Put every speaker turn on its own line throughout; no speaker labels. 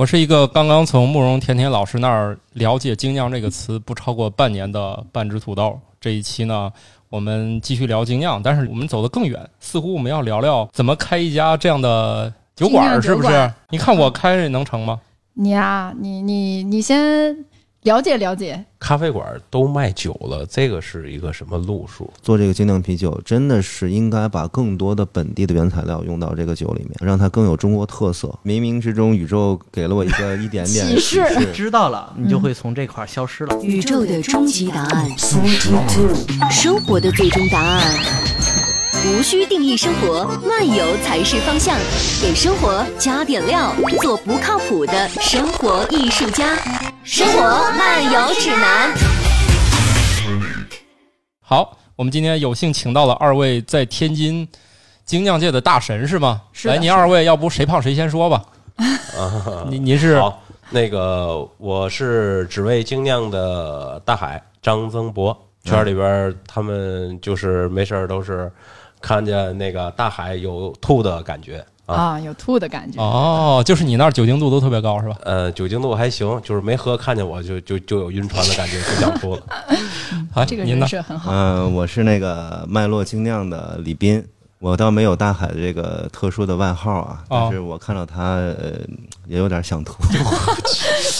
我是一个刚刚从慕容甜甜老师那儿了解“精酿”这个词不超过半年的半只土豆。这一期呢，我们继续聊精酿，但是我们走得更远，似乎我们要聊聊怎么开一家这样的酒馆儿，
精酿
是
酒
不
馆
是？你看我开这能成吗？
你呀、你你你先了解了解，
咖啡馆都卖酒了，这个是一个什么路数？
做这个精酿啤酒，真的是应该把更多的本地的原材料用到这个酒里面，让它更有中国特色。冥冥之中，宇宙给了我一个一点点
启示
知道了，你就
嗯
会从这块儿消失了。
宇宙的终极答案，生活的最终答案，无需定义生活，漫游才是方向。给生活加点料，做不靠谱的生活艺术家。生活漫游指南，
好，我们今天有幸请到了二位在天津精酿界的大神，是吗？
是的
来，您二位，要不谁胖谁先说吧？您您是
好，那个我是只为精酿的大海张增博，圈里边儿他们就是没事儿都是看见那个大海有吐的感觉啊，
啊，有吐的感觉。
哦，就是你那儿酒精度都特别高，是吧？
呃，酒精度还行，就是没喝看见我就就就有晕船的感觉，就想吐了。
啊，
这个
您
人
呢？
设 很好，
嗯、呃我是那个麦洛精酿的李斌，我倒没有大海的这个特殊的外号啊，
哦
但是我看到他呃也有点想吐。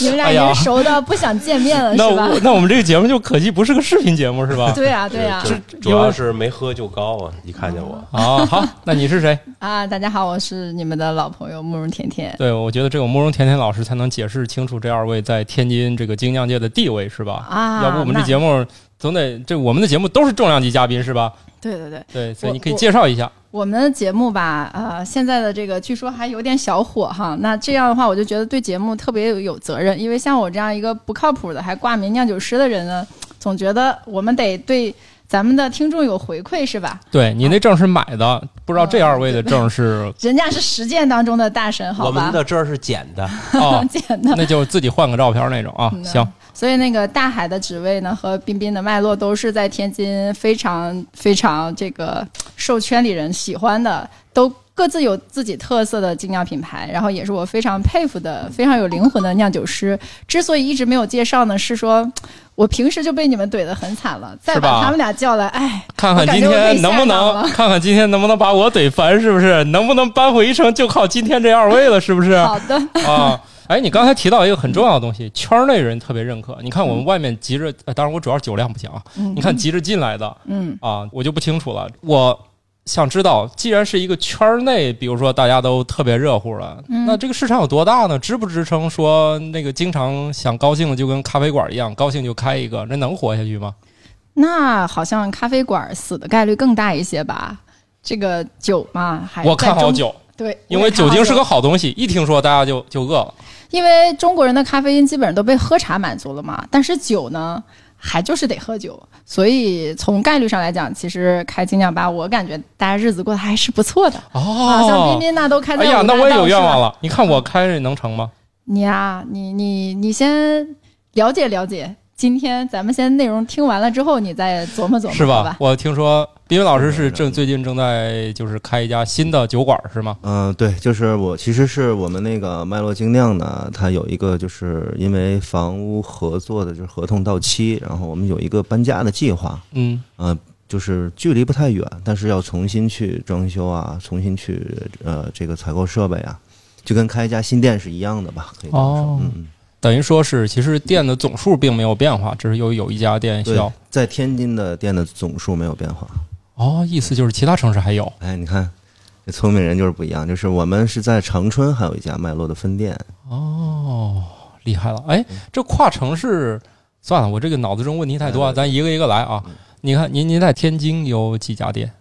你们俩
哎
已
呀
经熟的不想见 面了，
哎那
是吧？
我那我们这个节目就可惜不是个视频节目，是吧？
对呀、对啊呀、
就是主要是没喝就高啊，一看见我。
啊，好，那你是谁？
啊大家好，我是你们的老朋友慕容甜甜。
对，我觉得只有慕容甜甜老师才能解释清楚这二位在天津这个精酿界的地位，是吧？
啊
要不我们这
那
节目总得这我们的节目都是重量级嘉宾，是吧？
对对对，
对，所以
我
你可以
我
介绍一下。
我们的节目吧，呃，现在的这个据说还有点小火哈。那这样的话，我就觉得对节目特别有有责任，因为像我这样一个不靠谱的还挂名酿酒师的人呢，总觉得我们得对咱们的听众有回馈，是吧？
对你那证是买的，不知道这二位的证是
人家是实践当中的大神，好
我
吧，
们？的这儿是捡的，
哦
简 单。
那就自己换个照片那种啊。
啊嗯
行，
所以那个大海的职位呢，和彬彬的脉络都是在天津非常非常这个受圈里人喜欢的，都各自有自己特色的精酿品牌，然后也是我非常佩服的、非常有灵魂的酿酒师。之所以一直没有介绍呢，是说。我平时就被你们怼得很惨了，再
是吧
把他们俩叫来，哎，
看看今
我感觉我被
天
吓到
能不能
了
看看今天能不能把我怼烦，是不是？能不能扳回一城，就靠今天这二位了，是不是？
好的，
啊，哎，你刚才提到一个很重要的东西，圈儿内人特别认可。你看我们外面急着，呃、当然我主要酒量不行啊。
嗯
你看急着进来的
嗯，
啊，我就不清楚了。我想知道，既然是一个圈儿内，比如说大家都特别热乎了，
嗯
那这个市场有多大呢？支不支撑说那个经常想高兴的就跟咖啡馆一样，高兴就开一个，那能活下去吗？
那好像咖啡馆死的概率更大一些吧？这个酒嘛，还
我看
哎在
好
中，
酒，
对，
因
我
为
也看
酒
好
精是个好东西，一听说大家就就饿了。
因为中国人的咖啡因基本上都被喝茶满足了嘛，但是酒呢，还就是得喝酒，所以从概率上来讲，其实开精酿吧，我感觉大家日子过得还是不错的。
哦，
啊，像彬彬那都开在
哎呀，
五
那
大
我也
道啊嗯
有
是
愿
吧
望。了。你看我开这能成吗？
你呀、你你你先了解了解，今天咱们先内容听完了之后，你再琢磨琢磨，
是
好
吧
吧？？
我听说彬彬老师是
是的
正最近正在就是开一家新的酒馆儿是吗？
嗯、对，就是我，其实是我们那个麦洛精酿呢，它有一个就是因为房屋合作的就是合同到期，然后我们有一个搬家的计划，
嗯，
呃，就是距离不太远，但是要重新去装修啊，重新去呃这个采购设备啊，就跟开一家新店是一样的吧？可以这么说，
哦
嗯嗯。
等于说是其实店的总数并没有变化，只是有有一家店需
对
要。，
在天津的店的总数没有变化。
哦，意思就是其他城市还有。
哎，你看，这聪明人就是不一样。就是我们是在长春还有一家麦洛的分店，
哦，厉害了！
嗯
哎，这跨城市算了，我这个脑子中问题太多了，
对对嗯
咱一个一个来啊。你看，您您在天津有几家店？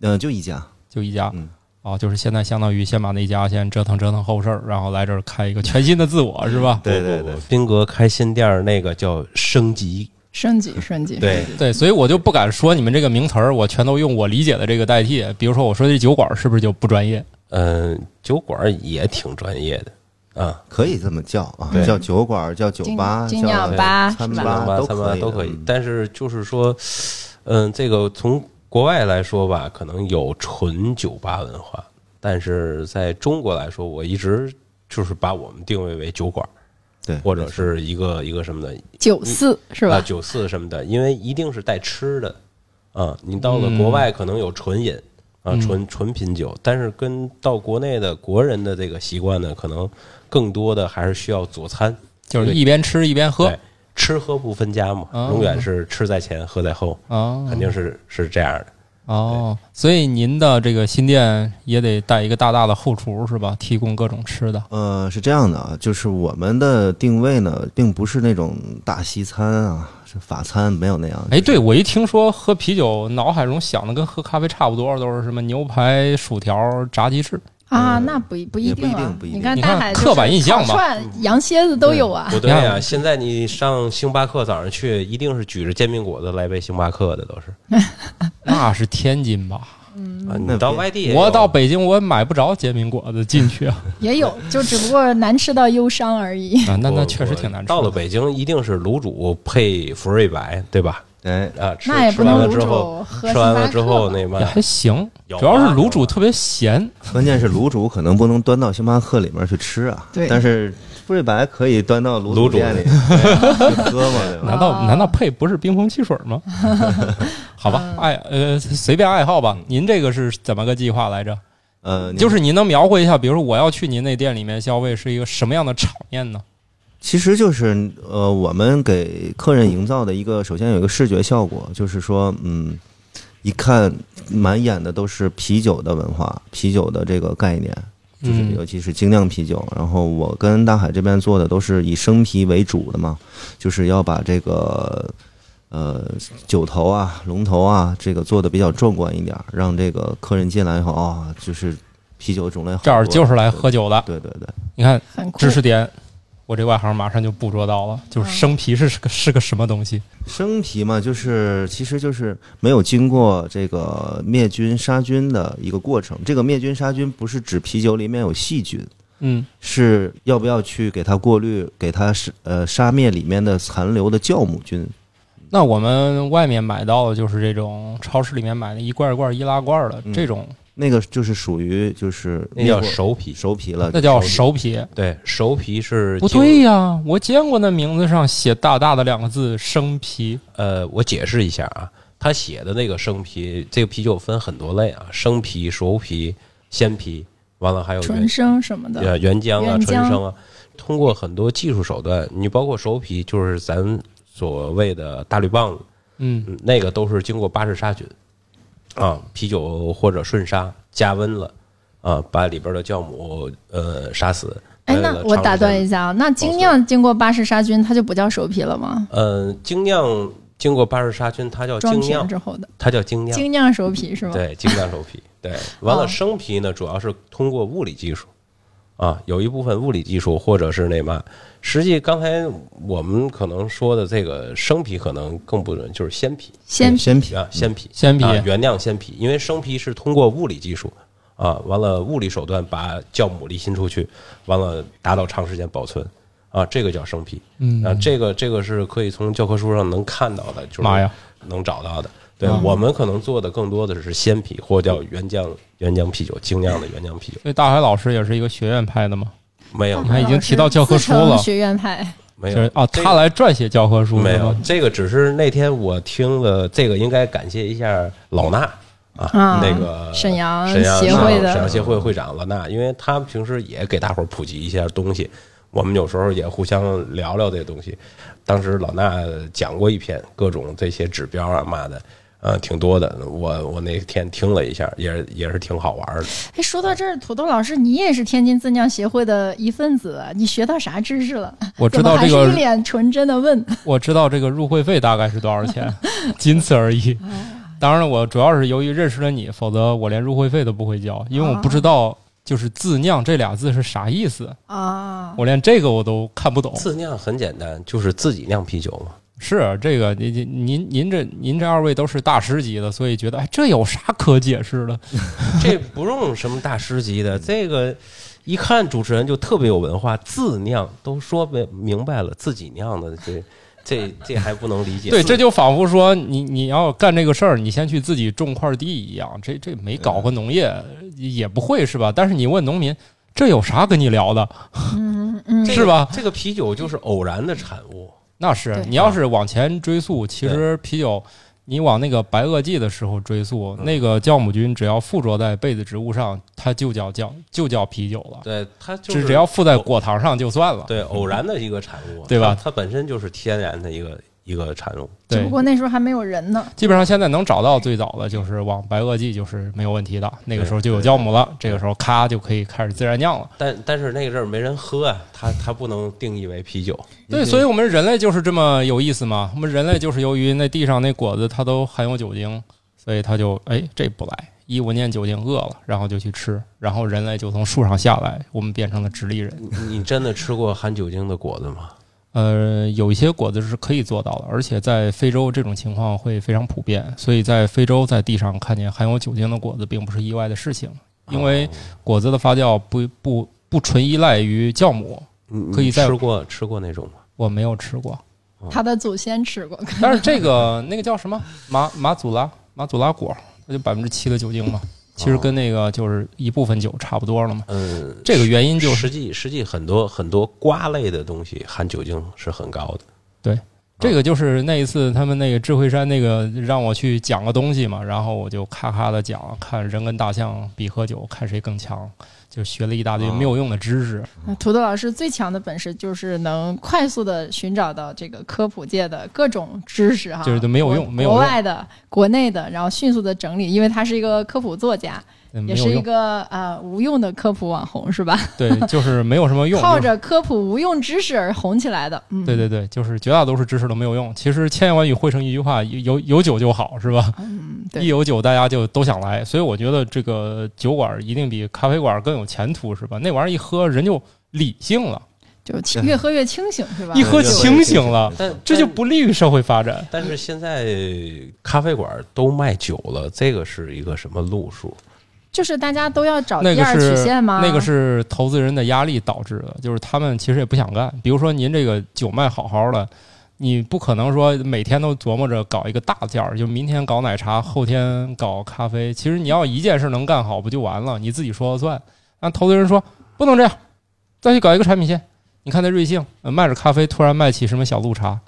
呃，就一家。
就一家。
嗯
哦，就是现在相当于先把那家先折腾折腾后事儿，然后来这儿开一个全新的自我，是吧？
对对
不
对，，
斌哥开新店儿那个叫升级，
升级升级，
对，
对，所以我就不敢说你们这个名词儿，我全都用我理解的这个代替。比如说，我说这酒馆儿是不是就不专业？
嗯、酒馆儿也挺专业的啊，
可以这么叫啊，叫酒馆、叫酒吧、
精精酿
叫
吧
餐
是吧
吧
吧
餐
可
吧
以，
都可以
嗯。
但是就是说，嗯，这个从国外来说吧，可能有纯酒吧文化，但是在中国来说，我一直就是把我们定位为酒馆，
对，
或者是一个一个什么的，
九四是
啊，
吧？
酒肆什么的，因为一定是带吃的啊。你到了国外可能有纯饮啊，纯纯品酒，但是跟到国内的国人的这个习惯呢，可能更多的还是需要佐餐，
就是一边吃一边喝
对，吃喝不分家嘛，
哦
永远是吃在前，喝在后，
啊，
肯定是是这样的。
哦，所以您的这个新店也得带一个大大的后厨是吧？提供各种吃的。
呃，是这样的啊，就是我们的定位呢，并不是那种大西餐啊，是法餐没有那样。
哎，
就是
对，我一听说喝啤酒，脑海中想的跟喝咖啡差不多，都是什么牛排、薯条、炸鸡 翅。
啊，那不一不一
也不一
定啊
定！不一
你
定
看
你
大
看
海
刻板印象吧
嘛，串羊蝎子都有啊
不。对
你
呀、
看
现在你上星巴克早上去，一定是举着煎饼果子来杯星巴克的，都是。
那是天津吧？
啊，
那
你到
别
外地也有，
嗯我到北京我也买不着煎饼果子进 去啊，
也有，就只不过难吃到忧伤而已。
啊那
我
那确实挺难吃的。
到了北京，一定是卤煮配福瑞白，对吧？
哎，
啊，吃
那也
吃
不
完
能
了
卤
之后
煮，喝
吃完了
星巴
之
克
后
吧
那嘛
也，还行，
有
主要
啊
是卤
有
煮
啊
特别咸。
关键是卤煮可能不能端到星巴克里面去吃啊，
对
但是富瑞白可以端到卤
卤煮
店里去喝嘛， 对吧？
难道难道配不是冰红汽水吗？好吧，爱呃随便爱好吧。您这个是怎么个计划来着？
呃，你
就是您能描绘一下，比如说我要去您那店里面消费，是一个什么样的场面呢？
其实就是呃，我们给客人营造的一个，首先有一个视觉效果，就是说，嗯，一看满眼的都是啤酒的文化，啤酒的这个概念，就是
嗯
尤其是精酿啤酒。然后我跟大海这边做的都是以生啤为主的嘛，就是要把这个呃酒头啊、龙头啊这个做的比较壮观一点儿，让这个客人进来以后啊、就是啤酒种类好
这儿
多
就是来喝酒的。
对对对。
你看
很酷
知。识点，我这外行马上就捕捉到了，就是生啤是是个是个什么东西？
生啤嘛，就是其实就是没有经过这个灭菌杀菌的一个过程。这个灭菌杀菌不是指啤酒里面有细菌，
嗯，
是要不要去给它过滤，给它是呃杀灭里面的残留的酵母菌。
那我们外面买到的就是这种超市里面买的一罐一罐易拉罐的
嗯
这种，
那个就是属于就是
那叫
灭过
熟皮。
熟啤了，
那叫
熟
熟啤。
对，熟皮是
不
经
对呀、我见过那名字上写大大的两个字“生啤
呃，我解释一下啊，他写的那个生啤，这个啤酒分很多类啊，生啤、熟啤、鲜啤，完了还有原
纯生什么的，
呃原浆啊、
原浆
纯生啊，通过很多技术手段，你包括熟啤，就是咱所谓的大绿棒子，”。
嗯，
嗯那个都是经过巴氏杀菌啊，啤酒或者顺杀加温了啊，把里边的酵母呃杀死。
哎，那
呃
我打断一
下，
下啊，那精酿经过巴氏杀菌，它就不叫熟啤了吗？
嗯、精酿经过巴氏杀菌，它叫
装
呃精
瓶
酿，
之后的
它叫精酿，
精酿熟啤是吗？
对，精酿熟啤。对，完了
哦
生啤呢，主要是通过物理技术啊，有一部分物理技术或者是那嘛，实际刚才我们可能说的这个生啤可能更不准，就是鲜啤
鲜啤
鲜啤
啊，鲜啤。
鲜啤、
啊，原酿鲜啤，因为生啤是通过物理技术啊，完了物理手段把酵母离心出去，完了达到长时间保存啊，这个叫生啤。
嗯
啊，这个这个是可以从教科书上能看到的，就是
妈呀，
能找到的。对、
嗯
我们可能做的更多的是鲜啤或叫原浆原浆啤酒，精酿的原浆啤酒。
所以大海老师也是一个学院派的嘛，
没有
你看已经提到教科书了
自成学院派
没
嗯就是
有
啊，
这
他来撰写教科书
没
是
有
吧？，
这个只是那天我听了这个，应该感谢一下老衲啊，
嗯
啊
那个
沈阳
沈阳
协会
沈阳
的，
协会会长老衲，因为他平时也给大伙儿普及一下东西，我们有时候也互相聊聊这东西。当时老衲讲过一篇各种这些指标啊嘛的。呃，挺多的，我我那天听了一下，也是也是挺好玩的。
哎，说到这儿，土豆老师，你也是天津自酿协会的一份子，啊你学到啥知识了？
我知
怎么
道这
还是一
个，
脸纯真的问，
我知道这个入会费大概是多少 钱，仅此而已。哦当然了，我主要是由于认识了你，否则我连入会费都不会交，因为我不知道就是“自酿”这俩字是啥意思，哦
啊，
我连这个我都看不懂。
自酿很简单，就是自己酿啤酒嘛。
是这个，您您您您这您这二位都是大师级的，所以觉得哎，这有啥可解释的？
这不用什么大师级的，这个一看主持人就特别有文化，自酿都说明明白了，自己酿的这这这还不能理解？
对，这就仿佛说你你要干这个事儿，你先去自己种块地一样，这这没搞过农业也不会是吧？但是你问农民这有啥跟你聊的？
嗯嗯
是吧？
这个啤酒就是偶然的产物，
那是
对
你要是往前追溯，其实啤酒，你往那个白垩纪的时候追溯，
嗯
那个酵母菌只要附着在被子植物上，它就叫酵，就叫啤酒了。
对它就是
只只要附在果糖上就算了。
对偶然的一个产 物，
对吧
它它本身就是天然的一个一个产物。
只
对
不过那时候还没有人呢。
基本上现在能找到最早的就是往白垩纪，就是没有问题的。那个时候就有酵母了，这个时候咔就可以开始自然酿了。
但但是那个阵儿没人喝啊，它它不能定义为啤酒。
对，所以我们人类就是这么有意思嘛。我们人类就是由于那地上那果子它都含有酒精，所以它就哎这不来，一闻见酒精饿了，然后就去吃，然后人类就从树上下来，我们变成了直立人。
你你真的吃过含酒精的果子吗？
呃，有一些果子是可以做到的，而且在非洲这种情况会非常普遍，所以在非洲在地上看见含有酒精的果子并不是意外的事情，因为果子的发酵不不不纯依赖于酵母，
你你
可以在
吃过吃过那种吗？
我没有吃过，
他的祖先吃过，
但是这个 那个叫什么马马祖拉马祖拉果，那就百分之七的酒精嘛，其实跟那个就是一部分酒差不多了嘛，
嗯，
这个原因就是
实际实际很多很多瓜类的东西含酒精是很高的。
这个就是那一次他们那个智慧山那个让我去讲个东西嘛，然后我就咔咔的讲，看人跟大象比喝酒，看谁更强，就学了一大堆没有用的知识。
啊土豆老师最强的本事就是能快速的寻找到这个科普界的各种知识哈，
就是都没有用
国
没有用
国外的、国内的，然后迅速的整理，因为他是一个科普作家，
嗯
也
没有
是一
用，
个呃无用的科普网红是吧？
对， 就是没有什么用。
靠
就是
着科普无用知识而红起来的，嗯，
对对对，就是绝大多数知识都没有用。其实千言万语汇成一句话，有有有酒就好，是吧？
嗯，
一
对，
有酒，大家就都想来。所以我觉得这个酒馆一定比咖啡馆更有前途，是吧？那玩意儿一喝，人就理性了，
就清越喝越清醒是吧？
一喝
对
清醒了，
但
这就不利于社会发展。
但是现在咖啡馆都卖酒了，这个是一个什么路数？
就是大家都要找
那
第
个
二
是
曲线吗？
那个是投资人的压力导致的，就是他们其实也不想干。比如说您这个酒卖好好的，你不可能说每天都琢磨着搞一个大件儿，就明天搞奶茶，后天搞咖啡。其实你要一件事能干好，不就完了？你自己说了算。那投资人说不能这样，再去搞一个产品线。你看那瑞幸、呃卖着咖啡，突然卖起什么小鹿 茶，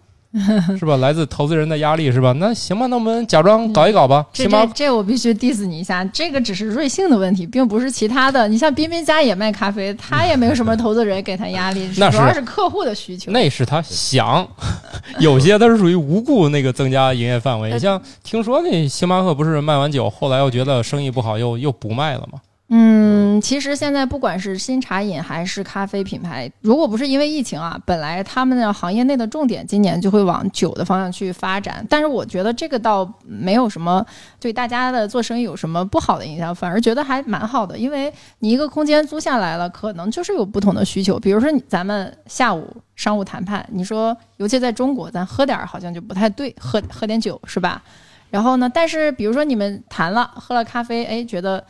是吧？来自投资人的压力是吧？那行吧，那我们假装搞一搞吧。
这
星
这
巴
这我必须 diss 你一下，这个只是瑞幸的问题，并不是其他的。你像彬彬家也卖咖啡，他也没有什么投资人给他压 力，主
那是
要是客户的需求。
那是他想， 有些他是属于无故那个增加营业范围。
呃
像听说那星巴克不是卖完酒，后来又觉得生意不好，又又不卖了嘛？
嗯，其实现在不管是新茶饮还是咖啡品牌，如果不是因为疫情啊，本来他们的行业内的重点今年就会往酒的方向去发展。但是我觉得这个倒没有什么对大家的做生意有什么不好的影响，反而觉得还蛮好的，因为你一个空间租下来了，可能就是有不同的需求。比如说你咱们下午商务谈判，你说尤其在中国，咱喝点儿好像就不太对，喝喝点酒是吧？然后呢，但是比如说你们谈了，喝了咖啡，哎，觉得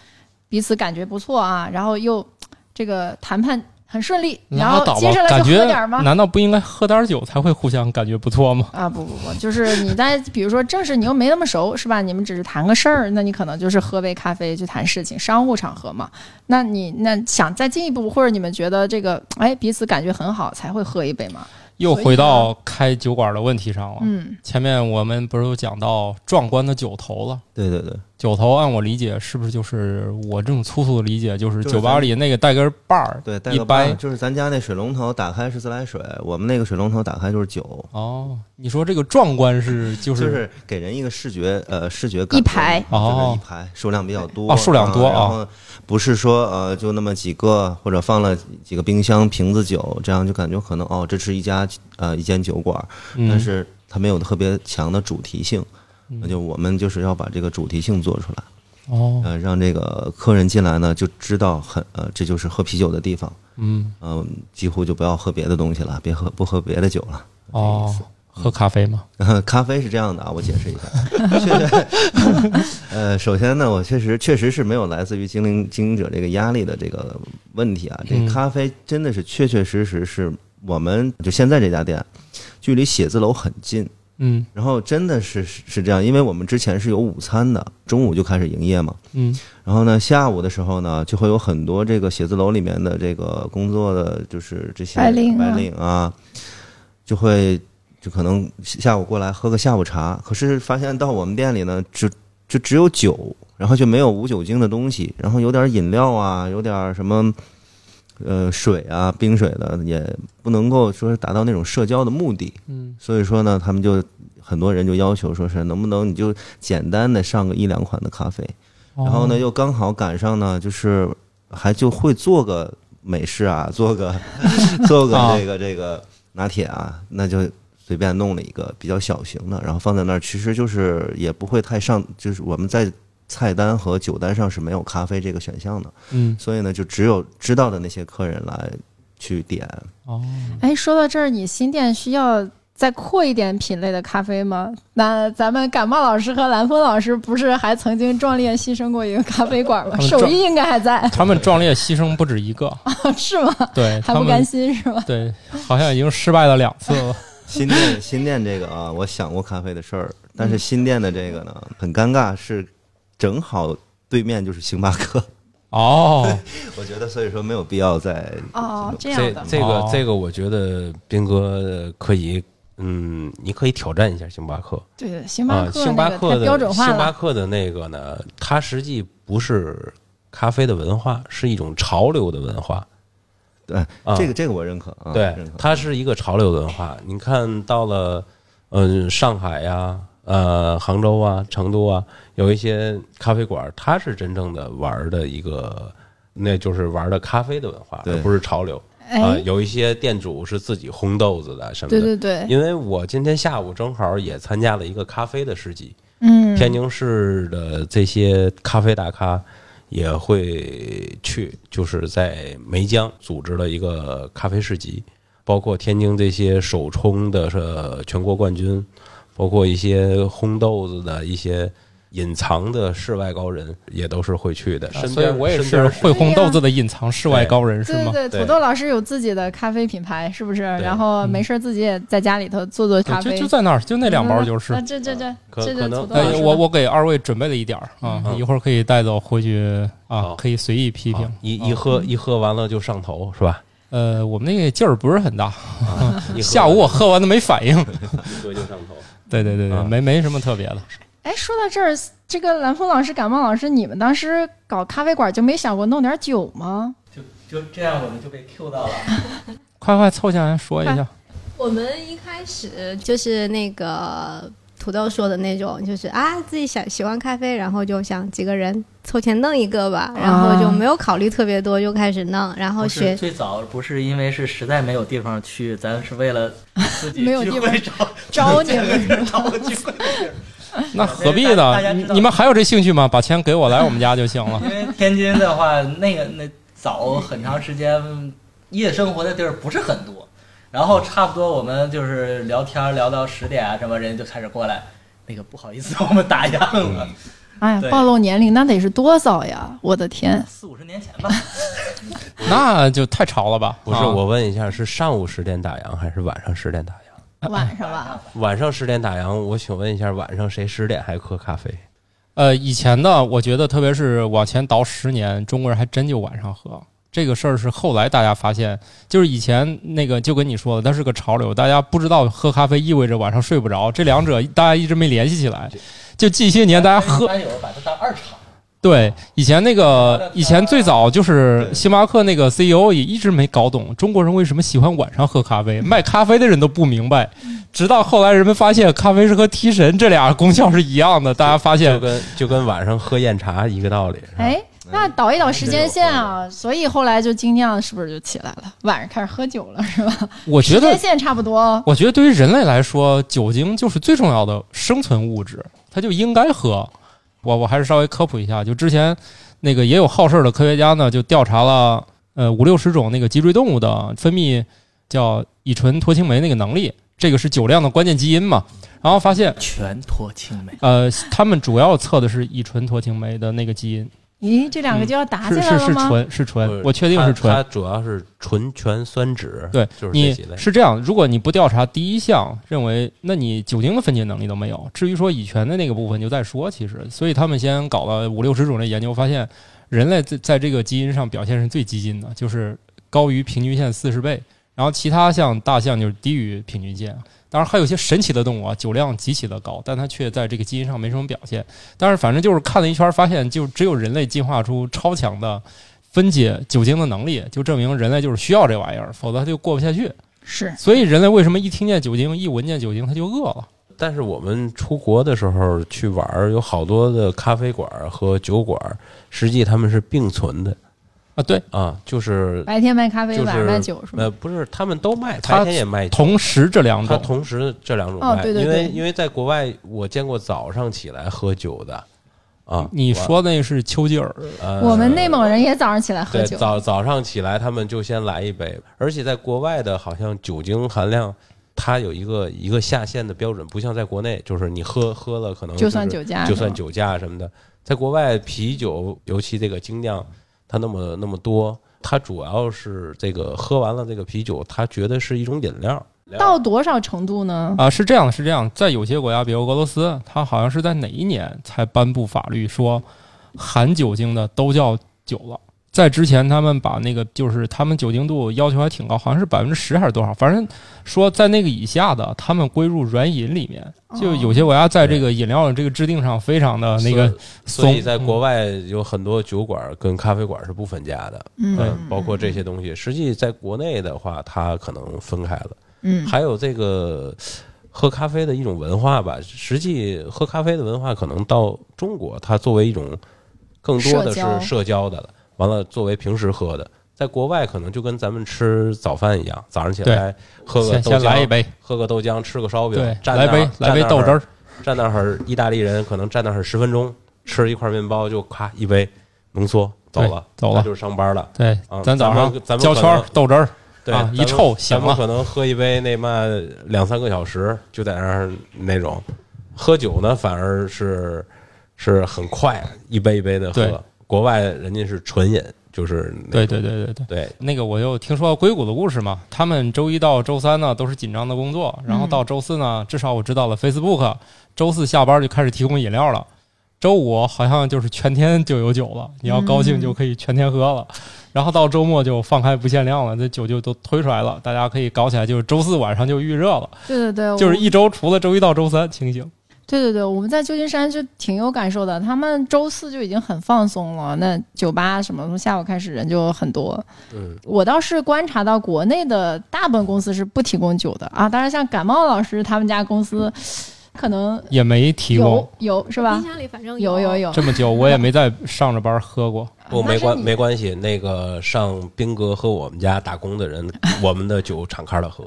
彼此感觉不错啊，然后又这个谈判很顺利，然
拉
后
倒
接
吧
下，来
感
就
觉
喝点儿吗？
难道不应该喝点酒才会互相感觉不错吗？
啊不不不，就是你在比如说正式你又没那么熟是吧？你们只是谈个事儿，那你可能就是喝杯咖啡去谈事情，商务场合嘛。那你那想再进一步，或者你们觉得这个哎彼此感觉很好，才会喝一杯嘛。
又回到开酒馆的问题上了。
嗯，
前面我们不是有讲到壮观的酒头了？
对对对，
酒头按我理解，是不是就是我这种粗俗的理解，就是
就是
酒吧
咱
里那个带根把儿，
对，带
一
个把儿
掰。
就是咱家那水龙头打开是自来水，我们那个水龙头打开就是酒，
哦，你说这个壮观是就
就是是给人一个视觉呃视觉感觉
一排
就是
哦
一排数量比较多
哦数量多
啊然
啊
后不是说呃就那么几个或者放了几个冰箱瓶子酒，这样就感觉可能哦这是一家呃一间酒馆，但
嗯
是它没有特别强的主题性，那就我们就是要把这个主题性做出来，
哦，
呃让这个客人进来呢就知道很呃这就是喝啤酒的地方，
嗯
嗯、几乎就不要喝别的东西了，别喝不喝别的酒了。
哦，喝咖啡吗？
呃咖啡是这样的啊，我解释一下，确实，呃，首先呢，我确实确实是没有来自于经营经营者这个压力的这个问题啊，这
嗯
咖啡真的是确确实实是我们就现在这家店，距离写字楼很近，
嗯
然后真的是是是这样，因为我们之前是有午餐的，中午就开始营业嘛。
嗯
然后呢，下午的时候呢，就会有很多这个写字楼里面的这个工作的，就是这些
白领啊
白领啊，就会就可能下午过来喝个下午茶。可是发现到我们店里呢，只就只有酒，然后就没有无酒精的东西，然后有点饮料啊，有点什么。呃，水啊，冰水的也不能够说是达到那种社交的目的，
嗯
所以说呢，他们就很多人就要求说是能不能你就简单的上个一两款的咖啡，
哦
然后呢，又刚好赶上呢，就是还就会做个美式啊，做个 做个这个这个拿铁啊，那就随便弄了一个比较小型的，然后放在那儿，其实就是也不会太上，就是我们在菜单和酒单上是没有咖啡这个选项的，
嗯
所以呢，就只有知道的那些客人来去点。
哦，
哎，说到这儿，你新店需要再扩一点品类的咖啡吗？那咱们感冒老师和蓝峰老师不是还曾经壮烈牺牲过一个咖啡馆吗？
他们壮
手艺应该还在，
他们壮烈牺牲不止一个，
是吗？
对
还
他
不甘
们
心是吧？
对，好像已经失败了两次了。
新店新店这个啊，我想过咖啡的事儿，但是新店的这个呢，很尴尬，是正好对面就是星巴克，
哦，
我觉得所以说没有必要再
哦，这样
这
的。
这个
哦
这个，我觉得斌哥可以，嗯，你可以挑战一下星巴克
对，星巴
啊，
克
星巴
那个
克
太
的
标准化
星巴
了，
克的那个呢，它实际不是咖啡的文化，是一种潮流的文化。
对
啊
这个这个我认可啊，
对
认，可
它是一个潮流文化。你看到了，嗯、上海呀、呃，杭州啊，成都啊，有一些咖啡馆，它是真正的玩儿的一个，那就是玩儿的咖啡的文化，
对
而不是潮流。啊、
哎，
有一些店主是自己烘豆子的什么
对对
的。
对，
因为我今天下午正好也参加了一个咖啡的市集，
嗯，
天津市的这些咖啡大咖也会去，就是在梅江组织了一个咖啡市集，包括天津这些首冲的是全国冠军，包括一些烘豆子的一些隐藏的世外高人，也都是会去的。身
啊
边
所以我也
身边
是会
对
烘
呀
豆子的隐藏世外高人，是
对
吗？
对对，
对
土豆老师有自己的咖啡品牌，是不是？然后没事儿自己也在家里头做做咖
就
啡，
啊
嗯
就在那儿，就那两包就是
那。这这这
可
这
可
是
能
土豆
哎
老师，的。
我我给二位准备了一点儿啊，
嗯
一会儿可以带走回去啊
好，
可以随意批评
啊。一一
嗯
喝一喝完了就上头 是吧？
呃，我们那个劲儿不是很大，
一喝
下午我喝完了没反 应。
一喝就上 头。
对对对对，
啊
没没什么特别的。
哎，说到这儿，这个蓝峰老师、感冒老师，你们当时搞咖啡馆就没想过弄点酒吗？
就就这样，我们就被 Q 到了。
快快凑下来说一下，
我们一开始就是那个土豆说的那种，就是啊自己想喜欢咖啡，然后就想几个人凑钱弄一个吧，
啊
然后就没有考虑特别多，就开始
哦
弄，然后
不是
学
最早不是因为是实在没有地方去，咱是为了自 己
没有
聚
地
会
方
找
招你
找个
们
地儿找个聚 会的地儿。
那何必
大
呢？
家知
你
道
你们还有这兴趣吗？把钱给我，来我们家就行 了。
因为天津的话，那个那早很长时间夜生活的地儿不是很多，然后差不多我们就是聊天儿聊到十点啊，什么人就开始过来，那个不好意思，我们打烊了，
哎呀，
对
暴露年龄那得是多少呀！我 的
嗯
天，
四五十年前吧，
那就太潮了吧？
不是，
啊
我问一下，是上午十点打烊还是晚上十点打烊？
晚上吧，
嗯
晚上十点打烊，我请问一下，晚上谁十点还喝咖 啡？
呃，以前的我觉得，特别是往前倒十年，中国人还真就晚上喝。这个事儿是后来大家发现，就是以前那个就跟你说的，它是个潮流，大家不知道喝咖啡意味着晚上睡不着，这两者大家一直没联系起来。就近些年大家喝，
班友把它当二厂，
对以前那 个以前最早就是星巴克那个 CEO 也一直没搞懂中国人为什么喜欢晚上喝咖 啡，卖咖啡的人都不明白，直到后来人们发现咖啡是和提神这俩功效是一样的，大家发
就
现
跟就跟晚上喝夜茶一个道理。是吧，
哎，
嗯
那倒一倒时间线啊，所以后来就精酿是不是就起来了？晚上开始喝酒了是吧？
我觉
时
得
间线差不多，哦
我觉得对于人类来说，酒精就是最重要的生存物质，它就应该喝。我我还是稍微科普一下，就之前那个也有好事儿的科学家呢，就调查了呃五六十种那个脊椎动物的分泌叫乙醇脱氢酶那个能力，这个是酒量的关键基因嘛。然后发现
全脱氢酶。
呃，他们主要测的是乙醇脱氢酶的那个基因。
咦，啊这两个就要打起
是嗯
来
是
了
是
吗？
醇是醇，我确定
它
是醇
它。主要是醇醛酸酯，
对，
就是这
你
几类。
是这样，如果你不调查第一项，认为那你酒精的分解能力都没有。至于说乙醛的那个部分，就再说。其实，所以他们先搞了五六十种的研究，发现人类在在这个基因上表现是最激进的，就是高于平均线四十倍。然后其他像大象就是低于平均线。当然，还有一些神奇的动物啊，酒量极其的高，但它却在这个基因上没什么表现。但是反正就是看了一圈，发现就只有人类进化出超强的分解酒精的能力，就证明人类就是需要这玩意儿，否则它就过不下去。
是
所以人类为什么一听见酒精、一闻见酒精它就饿了？
但是我们出国的时候去玩儿，有好多的咖啡馆儿和酒馆儿，实际他们是并存的
啊，对，
啊，就是
白天卖咖啡，
就是
晚上卖酒是吗？
呃，不是，他们都卖，
它
白天也卖酒，
同时这两
他
种，
同时这两种
哦
卖，
对对
因为
对
因为在国外我见过早上起来喝酒的啊，
你
我
说那是丘吉尔，
呃
我们内蒙人也早上起来喝
对
酒，
早早上起来他们就先来一杯，而且在国外的好像酒精含量。它有一个一个下限的标准，不像在国内，就是你喝喝了可能
就是算酒驾，
就算。酒驾什么的，在国外啤酒，尤其这个精酿，它那么那么多，它主要是这个喝完了这个啤酒，它觉得是一种饮料。啊
到多少程度呢？
啊，是这样的，是这样，在有些国家，比如俄罗斯，它好像是在哪一年才颁布法律说，含酒精的都叫酒了。在之前，他们把那个就是他们酒精度要求还挺高，好像是百分之十还是多少，反正说在那个以下的，他们归入软饮里面。
哦
就有些国家在这个饮料的这个制定上非常的啊那个
所以，所以
松嗯
在国外有很多酒馆跟咖啡馆是不分家的，
对
嗯
嗯，包括这些东西。实际在国内的话，它可能分开了。
嗯，
还有这个喝咖啡的一种文化吧。实际喝咖啡的文化可能到中国，它作为一种更多的
社交
是社交的了。完了，作为平时喝的，在国外可能就跟咱们吃早饭一样，早上起来喝个
先
豆
先来一
浆，
杯，
喝个豆浆，吃个烧饼
对，，
站
来
那儿
杯来杯豆汁，儿，
站那儿站那儿，意大利人可能站那儿十分钟，吃一块面包就咔一杯浓缩走了，
对走了
那就是上班了。
对
啊，
咱早上
咱们咱们
胶
可
圈儿
能
豆汁儿，
对
啊，一
咱们
臭行
咱们
了
可能喝一杯那嘛两三个小时就在那儿那种，喝酒呢反而是是很快，一杯一杯的
对
喝。国外人家是纯饮，就是那
对
种
对对对对。
对
那个我又听说硅谷的故事嘛，他们周一到周三呢都是紧张的工作，然后到周四呢，至少我知道了 Facebook 周四下班就开始提供饮料了，周五好像就是全天就有酒了，你要高兴就可以全天喝了，然后到周末就放开不限量了，这酒就都推出来了，大家可以搞起来，就是周四晚上就预热了，
对对对，
就是
我
一周除了周一到周三清醒。
对对对，我们在旧金山就挺有感受的。他们周四就已经很放松了，那酒吧什么从下午开始人就很多。
嗯，
我倒是观察到国内的大部分公司是不提供酒的啊。当然，像感冒老师他们家公司，可能
也没提
有
供
有是吧
冰？箱里反正
有有
有
有，
这么久，我也没在上着班喝过。
不
啊那
没
是
关
你
没关系。那个上兵哥和我们家打工 的人，我们的酒敞开了喝，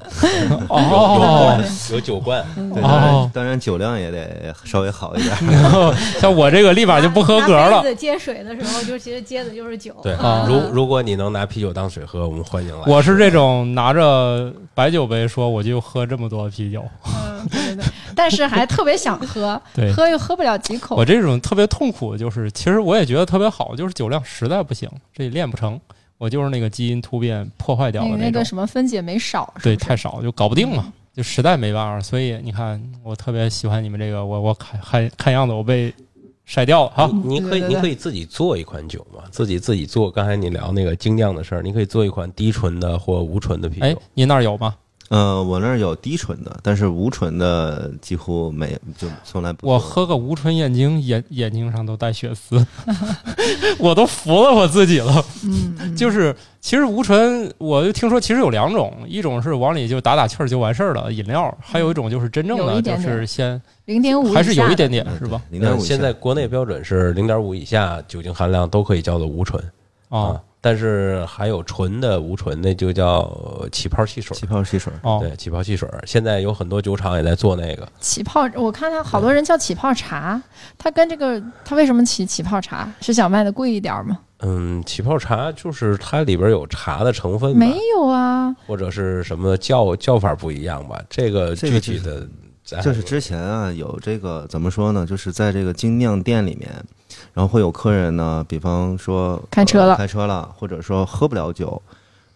哦
有酒罐，
嗯
对当然
哦，
当然酒量也得稍微好一点。
像我这个立马就不合格
拿
了
杯。子接水的时候，就其实接的就是酒。
对
啊，
如如果你能拿啤酒当水喝，我们欢迎来。
我是这种拿着白酒杯说我就喝这么多啤酒，，
嗯，对对对，但是还特别想喝
对
喝又喝不了几
我
口。
这种特别痛苦的就是，其实我也觉得特别好，就是酒量实在不行，这练不成，我就是那个基因突变破坏掉
那
的
个那
种
个，什么分解没少，是
对，
不是
太少就搞不定嘛，就实在没办法。所以你看，我特别喜欢你们这个，我我看看看样子我被晒掉了哈。
嗯
你你可
对
以
对对
你可以自己做一款酒嘛，自己自己做。刚才你聊那个精酿的事儿，你可以做一款低醇的或无醇的啤
哎
酒。，
您那儿有吗？
呃，我那儿有低醇的，但是无醇的几乎没，就从来不。
我喝个无醇燕京，眼眼睛上都带血丝， 我都服了我自己了。嗯，就是其实无醇，我就听说其实有两种，一种是往里就打打气儿就完事儿了饮料，还有一种就是真正
有
的
一
就
点点
是先
零点五
还是有一点点
嗯
是吧？？
零点
嗯
五。
现在国内标准是零点五以下酒精含量都可以叫做无醇啊
哦，
但是还有纯的无醇，那就叫呃起泡汽水。
气泡汽水，
哦，
对，起泡汽水，现在有很多酒厂也在做那个。
起泡，我看他好多人叫起泡茶，它跟这个它为什么起起泡茶？是想卖的贵一点儿吗？
嗯，起泡茶就是它里边有茶的成分吧，
没有啊，
或者是什么叫叫法不一样吧？这个
这个
具体的咱
就是之前啊，有这个怎么说呢？就是在这个精酿店里面，然后会有客人呢，比方说
开车了
呃开车了，或者说喝不了酒。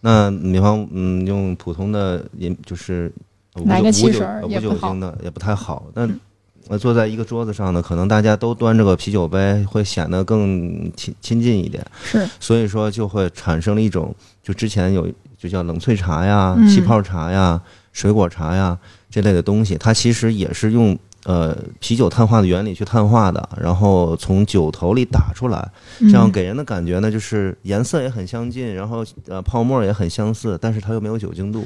那比方嗯，用普通的饮就是无
来
酒
个
无
汽
酒
水儿
呃
也
无
不
酒
好
精的也不太好。那呃坐在一个桌子上呢，可能大家都端着个啤酒杯，会显得更亲亲近一点。
是
所以说就会产生了一种，就之前有就叫冷萃茶呀、
嗯
气泡茶呀、水果茶呀这类的东西，它其实也是用呃啤酒碳化的原理去碳化的，然后从酒头里打出来，
嗯
这样给人的感觉呢，就是颜色也很相近，然后呃泡沫也很相似，但是它又没有酒精度。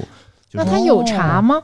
就
那
是
它
哦
有茶吗？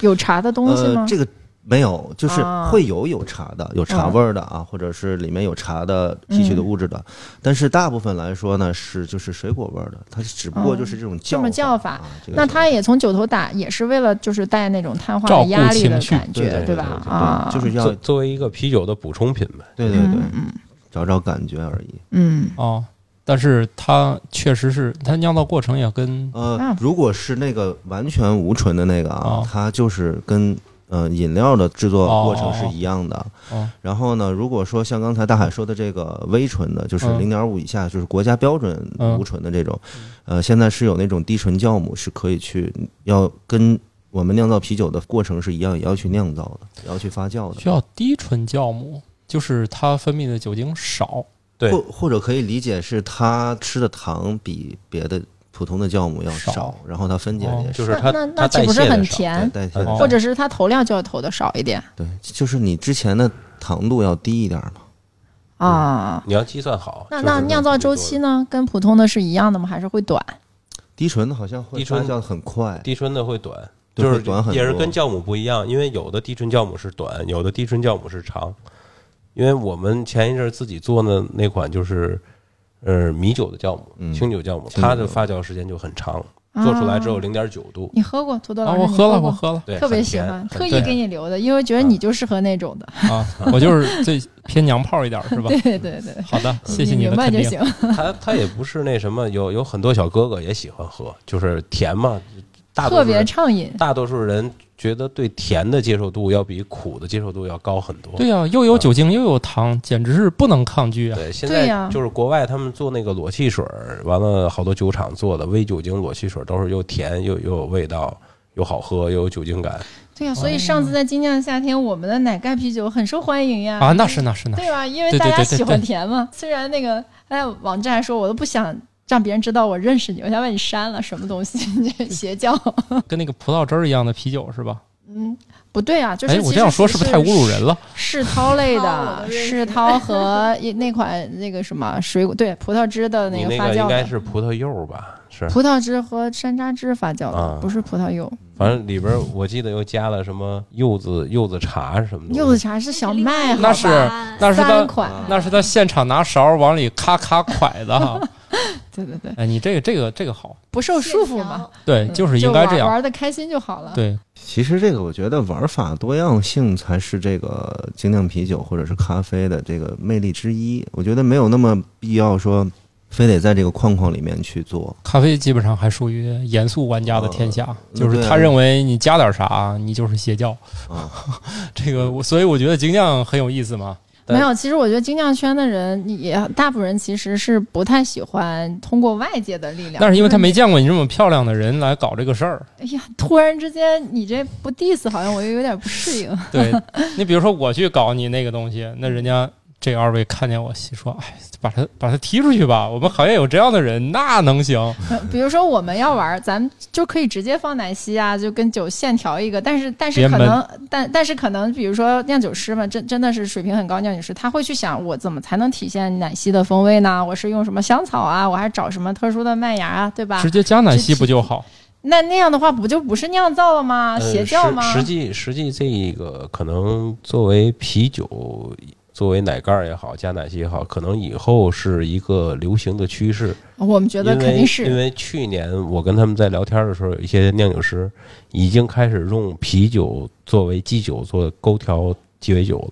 有茶的东西吗？
呃、这个没有，就是
啊嗯
会有有茶的，有茶味儿的啊，或者是里面有茶的提取的物质的，但是大部分来说呢是就是水果味儿的，它只不过就是这种叫
哦这么叫法
法。啊这个
那
叫
它也从酒头打，也是为了就是带那种碳化
照
的
顾
压力的
情绪
感觉，
对
吧？
对对
啊，
就是要
作作为一个啤酒的补充品呗。
对对对，
嗯
找找感觉而已。
嗯
哦，但是它确实是它酿造过程也跟
呃
啊，
如果是那个完全无醇的那个啊，
嗯哦
它就是跟呃饮料的制作过程是一样的。
哦
然后呢，如果说像刚才大海说的这个微醇的，就是
嗯
零点五以下，就是国家标准
嗯
无醇的这种，呃，现在是有那种低醇酵母是可以去要跟。我们酿造啤酒的过程是一样，也要去酿造的，也要去发酵的。
需要低醇酵母，就是它分泌的酒精少。
对
或或者可以理解是它吃的糖比别的普通的酵母要
少
少，然后它分解的也
哦
少
就是
那
它
那
它
那岂
代
不是
谢
很
的少，
甜？
代谢的
哦
或者是它投料就要投的少一点
对，就是你之前的糖度要低一点嘛。
啊？
你要计算好。
那
就是
那
说
酿造周期呢，跟普通的是一样的吗？还是会短？
低醇的好像会
低
发
醇
酵得很快，
低醇的会短，
对
就是
会短很多
也是跟酵母不一样，因为有的低醇酵母是短，有的低醇酵母是长。因为我们前一阵儿自己做的那款就是，呃，米酒的酵母，
嗯
清酒酵母，
清酒
它
酵母
的发酵时间就很长，做出来只有零点九度，
你喝过土豆
啊，
老师？
我
你
喝了，
过
我喝了
对，
啊特别
很
喜
甜
欢，
很
特意
甜嗯
给你留的，因为觉得你就适合那种的。
啊，我就是最偏娘炮一点儿是吧？
对 对对，
好的，谢谢
你
的
明白
肯
就
定
行。。
它它也不是那什么，有有很多小哥哥也喜欢喝，就是甜嘛， 大多
特
数
别
人
畅饮，
大多数人觉得对甜的接受度要比苦的接受度要高很多。
对呀、又有酒精又有糖，简直是不能抗拒啊！
对，现
对呀
在就是国外他们做那个裸汽水儿，完了好多酒厂做的微酒精裸汽水儿都是又甜又又有味道，又好喝又有酒精感。
对呀、啊
哦
所以上次在今年的夏天，我们的奶盖啤酒很受欢迎呀，
啊，那是那是那是
对吧？因为
对对
大家
对对
喜欢
对
甜嘛。虽然那个哎，网站还说我都不想让别人知道我认识你，我想把你删了，什么东西？ 你这邪教？
跟那个葡萄汁儿一样的啤酒是吧？
不对啊，就是
哎，我这样说是不是太侮辱人
了？
了？
世涛类
世涛
的，
我都认识
世涛和一那款那个什么水果，对，葡萄汁的
你
个
那
发
个应
酵
该
的。
是葡萄柚儿吧？是，
葡萄汁和山楂汁发酵的，
啊
不是葡萄柚。
反正里边儿我记得又加了什么柚子柚子茶什么的。
柚子茶是小麦，好
嗯那是
吧
那是啊
三
他
款，
那是他现场拿勺往里咔咔蒯的哈。
对对对，
哎，你这个这个这个好，
不受束缚嘛。
对，哎就是应该这
嗯玩
样。
玩的开心就好了。
对，
其实这个我觉得玩法多样性才是这个精酿啤酒或者是咖啡的这个魅力之一。我觉得没有那么必要说非得在这个框框里面去做。
咖啡基本上还属于严肃玩家的天下，就是
对
他
啊
认为你加点啥，你就是邪教。
啊
这个我，所以我觉得精酿很有意思嘛。
没有，其实我觉得精酿圈的人也大部分人其实是不太喜欢通过外界的力量，
但是因为他没
就
见过你这么漂亮的人来搞这个事儿，
是你。哎呀，突然之间你这不 diss，好像我又有点不适应。
对你比如说我去搞你那个东西，那人家这二位看见我，心说，哎，把他把他踢出去吧，我们行业有这样的人，那能行？
呃比如说我们要玩，咱们就可以直接放奶昔啊，就跟酒现调一个。但是但是
别
可
闷
能但但是可能，比如说酿酒师们，真真的是水平很高酿酒师，他会去想我怎么才能体现奶昔的风味呢？我是用什么香草啊？我还找什么特殊的麦芽啊？对吧
直？接加奶昔不就好？
那那样的话，不就不是酿造了吗？
呃
邪教吗？
实实际实际这一个可能作为啤酒。作为奶盖儿也好，加奶昔也好，可能以后是一个流行的趋势。
我们觉得
因
肯
为
定
因
是
为去年我跟他们在聊天的时候，有一些酿酒师已经开始用啤酒作为基酒做勾调鸡尾酒了。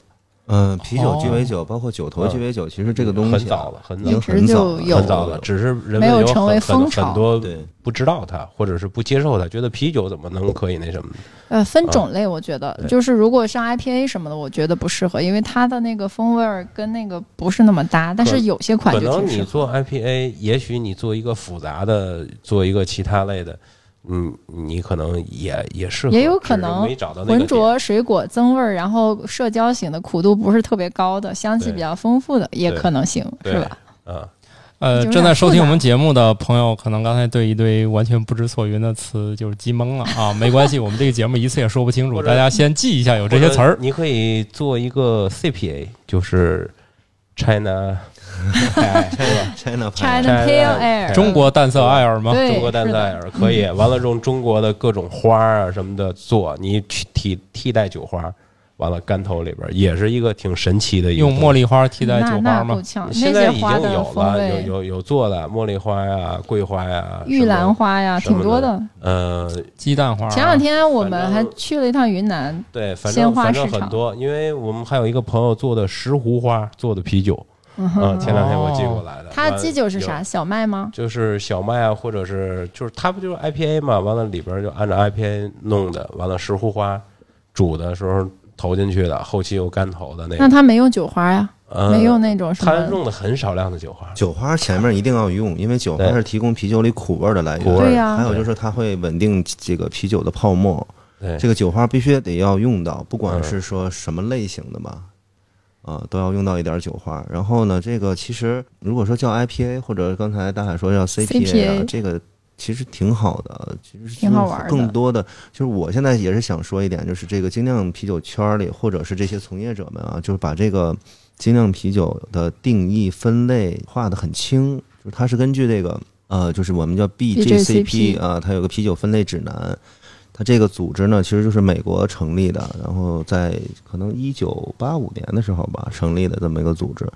嗯，啤酒鸡尾
哦
酒，包括酒头鸡尾酒，其实这个东西
嗯
啊
很早了，很
已经
早。
很早
一直就有
很早了，只是人
没
们
有
很
成为风
很
潮
很多
对
不知道它，或者是不接受它，觉得啤酒怎么能可以那什么呢？
呃，分种类，我觉得
啊对
就是如果像 IPA 什么的，我觉得不适合，因为它的那个风味儿跟那个不是那么搭。但是有些款
可
就
能
挺适
你
合。
做 IPA，也许你做一个复杂的，做一个其他类的，嗯，你可能也也适合，
也有可
只是
能
没找啊到那个
浑
点
浊水果增味儿，然后社交型的苦度不是特别高的，香气
对
比较丰富的也
对
可能行，
对
是吧？
啊，
呃，
有点
正在收听
复杂
我们节目的朋友，可能刚才对一堆完全不知所云的词就是记懵了啊，没关系，我们这个节目一次也说不清楚，
或者
大家先记一下有这些词
或
儿
者。你可以做一个 CPA，就是 China，哎
China Pie，
China Pale Air，
中国淡色艾尔吗？
对
中国淡
是
色
的
艾尔可以，完了用中国的各种花儿啊什么的做，你去替替代酒花，完了干头里边儿也是一个挺神奇的一个
用茉
东西。
莉花替代酒
嗯那
花
那够
吗？
呛，那
现在
些
已经
花的
有
风
了，有
味，
有有做的茉莉花呀、桂花呀、
玉兰
什么，
花呀，
什么
挺多的。
呃，
鸡蛋花啊。
前两天我们
反
还
正
去了一趟云南，
对，反
鲜
正
花
反正
市场
很多，因为我们还有一个朋友做的石斛花做的啤酒，
嗯
啊，前
哼，
两天
哦
我寄过来的。
它基酒是
完
啥？
了有？
小麦吗？
就是小麦啊，或者是就是它不就是 IPA 嘛？完了里边就按照 IPA 弄的，完了石斛花煮的时候投进去的，后期又干投的那
那
个。
它没用酒花呀，
呃
没用那种什
它
么。
用的很少量的酒花，
酒花前面一定要用，因为酒花
对
是提供啤酒里苦味儿的来
苦味
源。
儿
对啊呀
还有就是它会稳定这个啤酒的泡沫，
对
这个酒花必须得要用到，不管
嗯
是说什么类型的吧，啊、都要用到一点酒花。然后呢，这个其实如果说叫 IPA 或者刚才大海说叫 CPA 啊
CPA，
这个其实挺好的，其实
挺好玩的
更多的就是我现在也是想说一点，就是这个精酿啤酒圈儿里，或者是这些从业者们啊，就是把这个精酿啤酒的定义分类划得很清，就是它是根据这个呃，就是我们叫 BJCP 啊、它有个啤酒分类指南。它这个组织呢，其实就是美国成立的，然后在可能一九八五年的时候吧成立的这么一个组织，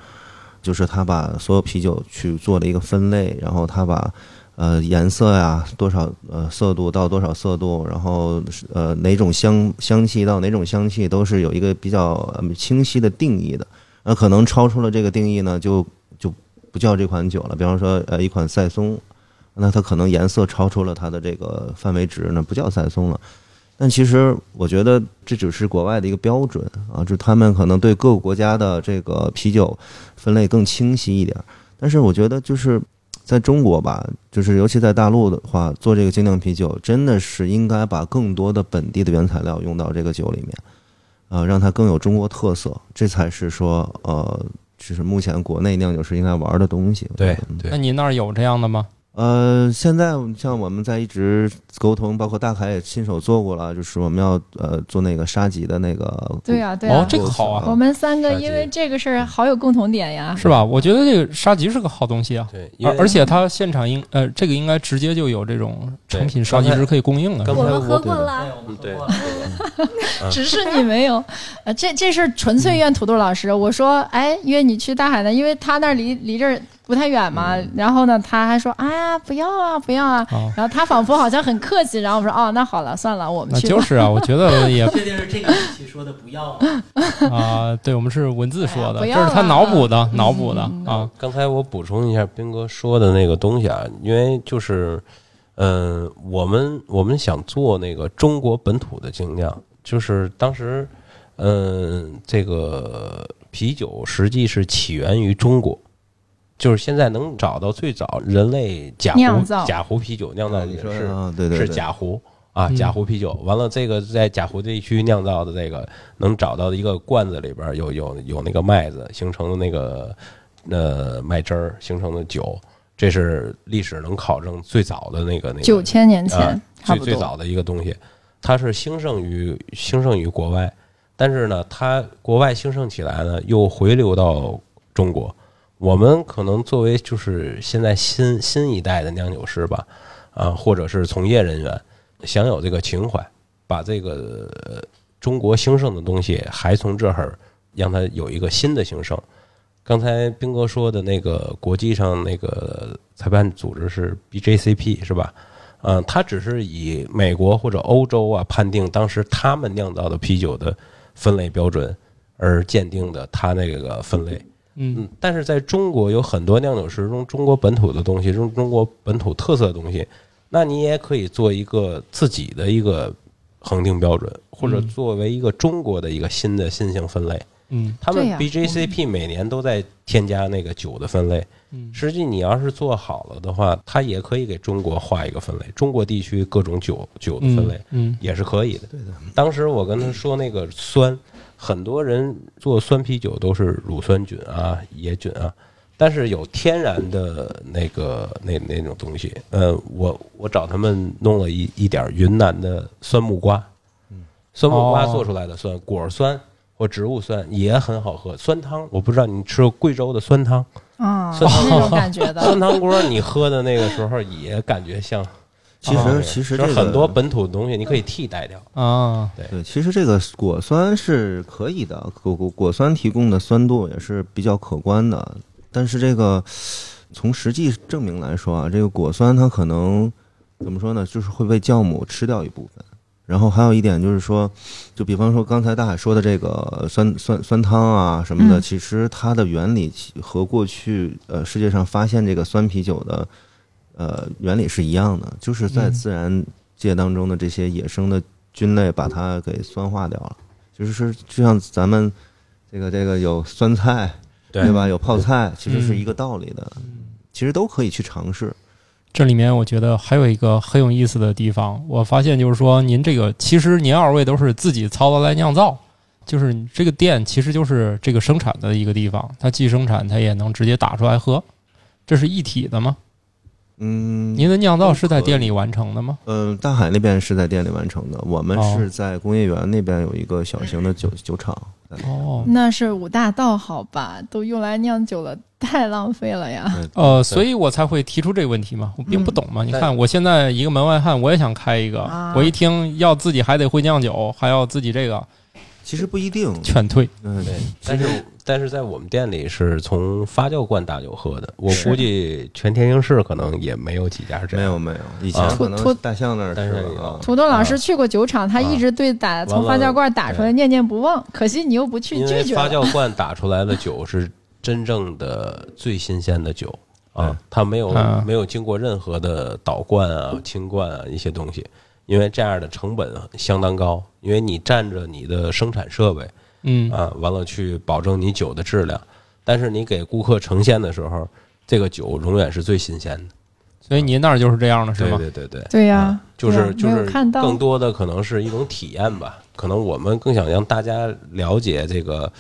就是它把所有啤酒去做了一个分类，然后它把呃颜色呀、多少呃色度到多少色度，然后是呃哪种香香气到哪种香气都是有一个比较、嗯清晰的定义的。那、呃可能超出了这个定义呢，就就不叫这款酒了。比方说呃一款赛松，那它可能颜色超出了它的这个范围值，那不叫赛松了。但其实我觉得这只是国外的一个标准啊，就是他们可能对各个国家的这个啤酒分类更清晰一点儿。但是我觉得就是在中国吧，就是尤其在大陆的话，做这个精酿啤酒真的是应该把更多的本地的原材料用到这个酒里面，啊、让它更有中国特色，这才是说呃，就是目前国内酿酒师应该玩的东西。
对
那
对，
您那儿有这样的吗？
呃，现在像我们在一直沟通，包括大凯也亲手做过了，就是我们要呃做那个沙棘的那个，
对呀，对
哦
呀，，
这个好啊，
我们三个
嗯
垃圾
因为这个事儿好有共同点呀。
是吧？我觉得这个沙棘是个好东西啊。
对，因为
而而且它现场应呃，这个应该直接就有这种成品烧鸡汁可以供应了。是
刚
吧
我
才
们喝
我
过
哎
了，
我们喝
对
过了，
啊
只是你没 有，呃，这这事儿纯粹怨土豆老师。
嗯
我说，哎，约你去大海南，因为他那儿离离这儿不太远嘛。
嗯
然后呢，他还说，哎呀，不要啊，不要啊。
哦
啊，
然后他仿佛好像很客气，然后我说，哦，那好了，算了，我们
那
去吧。
就是 啊，我觉得也
确定是这个语气说的不要吗？
啊，对我们是文字说的，
哎呀不
这
要了嗯
是他脑补的，脑补的啊。
刚才我补充一下斌哥说的那个东西啊，因为就是，嗯、我们我们想做那个中国本土的精酿，就是当时，嗯、这个啤酒实际是起源于中国，就是现在能找到最早人类假
酿
壶
造
假壶啤酒酿造
啊
的
你说
是
啊，对对
是
对，
贾湖啊，
嗯
贾湖啤酒。完了，这个在贾湖地区酿造的这个能找到的一个罐子里边儿有有有那个麦子形成的那个呃麦汁儿形成的酒，这是历史能考证最早的那个那个
九千年前、
啊
差
最
不
最
多。
早的一个东西，它是兴盛于兴盛于国外，但是呢，它国外兴盛起来呢，又回流到中国。我们可能作为就是现在新新一代的酿酒师吧，啊，或者是从业人员，享有这个情怀，把这个呃中国兴盛的东西还从这儿让它有一个新的兴盛。刚才斌哥说的那个国际上那个裁判组织是 BJCP 是吧？嗯，它只是以美国或者欧洲啊判定当时他们酿造的啤酒的分类标准而鉴定的它那个分类。
嗯
嗯，但是在中国有很多酿酒师用中国本土的东西，用中国本土特色的东西，那你也可以做一个自己的一个恒定标准，或者
嗯
作为一个中国的一个新的新型分类。
嗯
他们
对呀
BJCP 每年都在添加那个酒的分类，
嗯
实际你要是做好了的话，它也可以给中国画一个分类，中国地区各种酒酒的分类。
嗯
也是可以的。当时我跟他说那个酸，很多人做酸啤酒都是乳酸菌啊、野菌啊，但是有天然的那个那那种东西。呃，我我找他们弄了一一点儿云南的酸木瓜，酸木瓜
哦
做出来的酸、果酸。或植物酸也很好喝，酸汤我不知道你吃过贵州的酸汤，
啊，
是
是那种感觉的
酸汤锅你喝的那个时候也感觉像，
其实、
啊
其实
就
这
是
个
很多本土的东西你可以替代掉。
啊，
对，其实这个果酸是可以的，果果果酸提供的酸度也是比较可观的。但是这个从实际证明来说啊，这个果酸它可能怎么说呢，就是会被酵母吃掉一部分。然后还有一点就是说，就比方说刚才大海说的这个酸酸酸汤啊什么的，
嗯
其实它的原理其和过去呃世界上发现这个酸啤酒的呃原理是一样的，就是在
嗯
自然界当中的这些野生的菌类把它给酸化掉了，就是是就像咱们这个这个有酸菜
对嗯
吧？有泡菜，其实是一个道理的，其实都可以去尝试。
这里面我觉得还有一个很有意思的地方，我发现就是说，您这个其实您二位都是自己操劳来酿造，就是你这个店其实就是这个生产的一个地方，它既生产它也能直接打出来喝，这是一体的吗？
嗯，
您的酿造是在店里完成的吗？
呃，大海那边是在店里完成的，我们
哦
是在工业园那边有一个小型的酒
嗯
酒厂。
哦，
那是五大道好吧？都用来酿酒了，太浪费了 呀。
呃，所以我才会提出这个问题嘛，我并不懂嘛。你看，
但
我现在一个门外汉，我也想开一个，
啊
我一听要自己还得会酿酒，还要自己这个，
其实不一定，
劝退。
嗯，
对，
其
但是
实
但是在我们店里是从发酵罐打酒喝的，我估计全天津市可能也没有几家是这
没
样。
有没有，以前
啊
可能
脱脱
大象那儿
但
吃
是
了啊，
土豆老师去过酒厂，
啊
他一直对打从发酵罐打出来念念不忘，可惜你又不去
因为
拒绝
发
了。
酵罐打出来的酒是真正的最新鲜的酒啊
对，
它没有
啊
没有经过任何的倒灌
嗯
啊、清灌啊一些东西，因为这样的成本相当高，因为你占着你的生产设备，
嗯
啊，完了去保证你酒的质量，但是你给顾客呈现的时候，这个酒永远是最新鲜的，
所以您那儿就是这样的，是
对
吗？
对对对，
对呀、
啊就
对呀啊
是就
没有
是
看到
更多的可能是一种体验吧，可能我们更想让大家了解这个。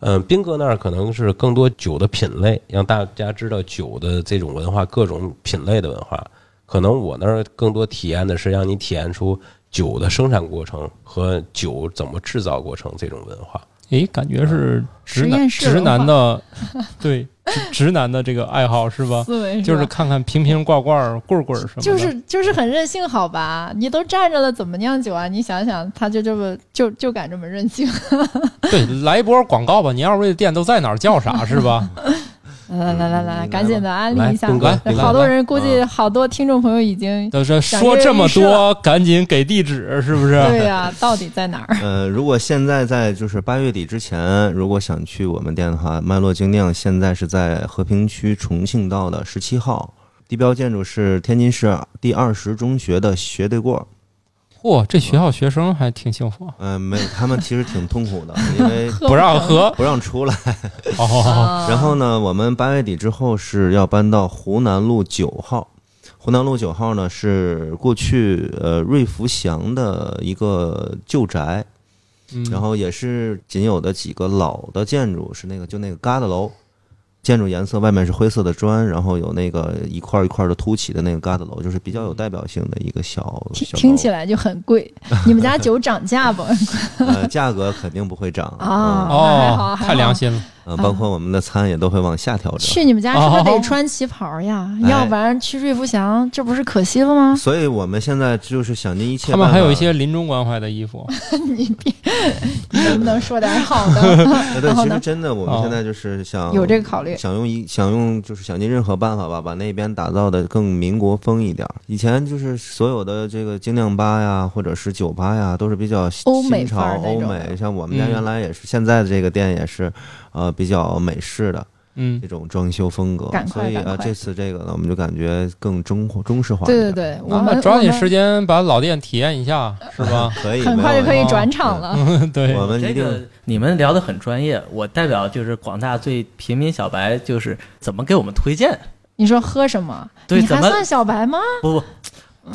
嗯，斌哥那儿可能是更多酒的品类，让大家知道酒的这种文化，各种品类的文化。可能我那儿更多体验的是让你体验出酒的生产过程和酒怎么制造过程这种文化。
诶，感觉是直
实
男
验室文化
直男的， 对直直男的这个爱好是 吧？
思维
就是
吧
看看瓶瓶罐罐、棍棍什么的。
就是就是很任性，好吧？你都站着了，怎么酿酒啊？你想想，他就这么就就敢这么任性。
对，来一波广告吧。您二位的店都在哪儿叫 啥是吧？
来来来来，赶紧的安利一下
来东哥
吧
来。
好多
来
人估计好多听众朋友已经
都是说这么多，赶紧给地址是不是？
对呀、到底在哪儿？
呃，如果现在在就是八月底之前，如果想去我们店的话，麦洛精酿现在是在和平区重庆道的十七号，地标建筑是天津市第二十中学的斜对过。
嚯、这学校学生还挺幸福，
嗯、没，他们其实挺痛苦的，因为
不让喝
不让出来。
哦。
啊
然后呢，我们八月底之后是要搬到湖南路九号。湖南路九号呢是过去呃瑞福祥的一个旧宅，
嗯
然后也是仅有的几个老的建筑，是那个就那个疙瘩楼，建筑颜色外面是灰色的砖，然后有那个一块一块的凸起的那个疙瘩楼，就是比较有代表性的一个小
听
小
听
楼
起来就很贵，你们家酒涨价不？
呃，价格肯定不会涨
啊
哦
还好还好
太良心了。
呃，包括我们的餐也都会往下调整。
去你们家是不是
哦
得穿旗袍呀？
哎
要不然去瑞福祥，这不是可惜了 吗？
所以我们现在就是想尽一切
他
办法。
们还有一些临终关怀的衣 服，
能不能说点好的？
呃对，
然后
其
呢
实真的，我们
哦
现在就是 想
有这个 考虑
想用一想用就是想尽任何办法吧，把那边打造的更民国风一点儿。以前就是所有的这个精酿吧呀，或者是酒吧呀，都是比较新
欧美
新潮
范儿那
欧
种
美，像我们家
嗯
原来也是，现在的这个店也是，呃，比较美式的
嗯
这，种装修风格
赶。快
所以
赶
呃，
快
这次这个呢，我们就感觉更中中式化一
对
点。
对对，我
那那
们
抓紧
我们
时间把老店体验一下，是 吧？
可以，
很
没
快
有
就可以
问题
转场了。
对，
我们
这
一
个
定
你们聊得很专业，我代表就是广大最平民小白，就是怎么给我们推荐？
你说喝什么？
对
你还
怎么
算小白吗？
不不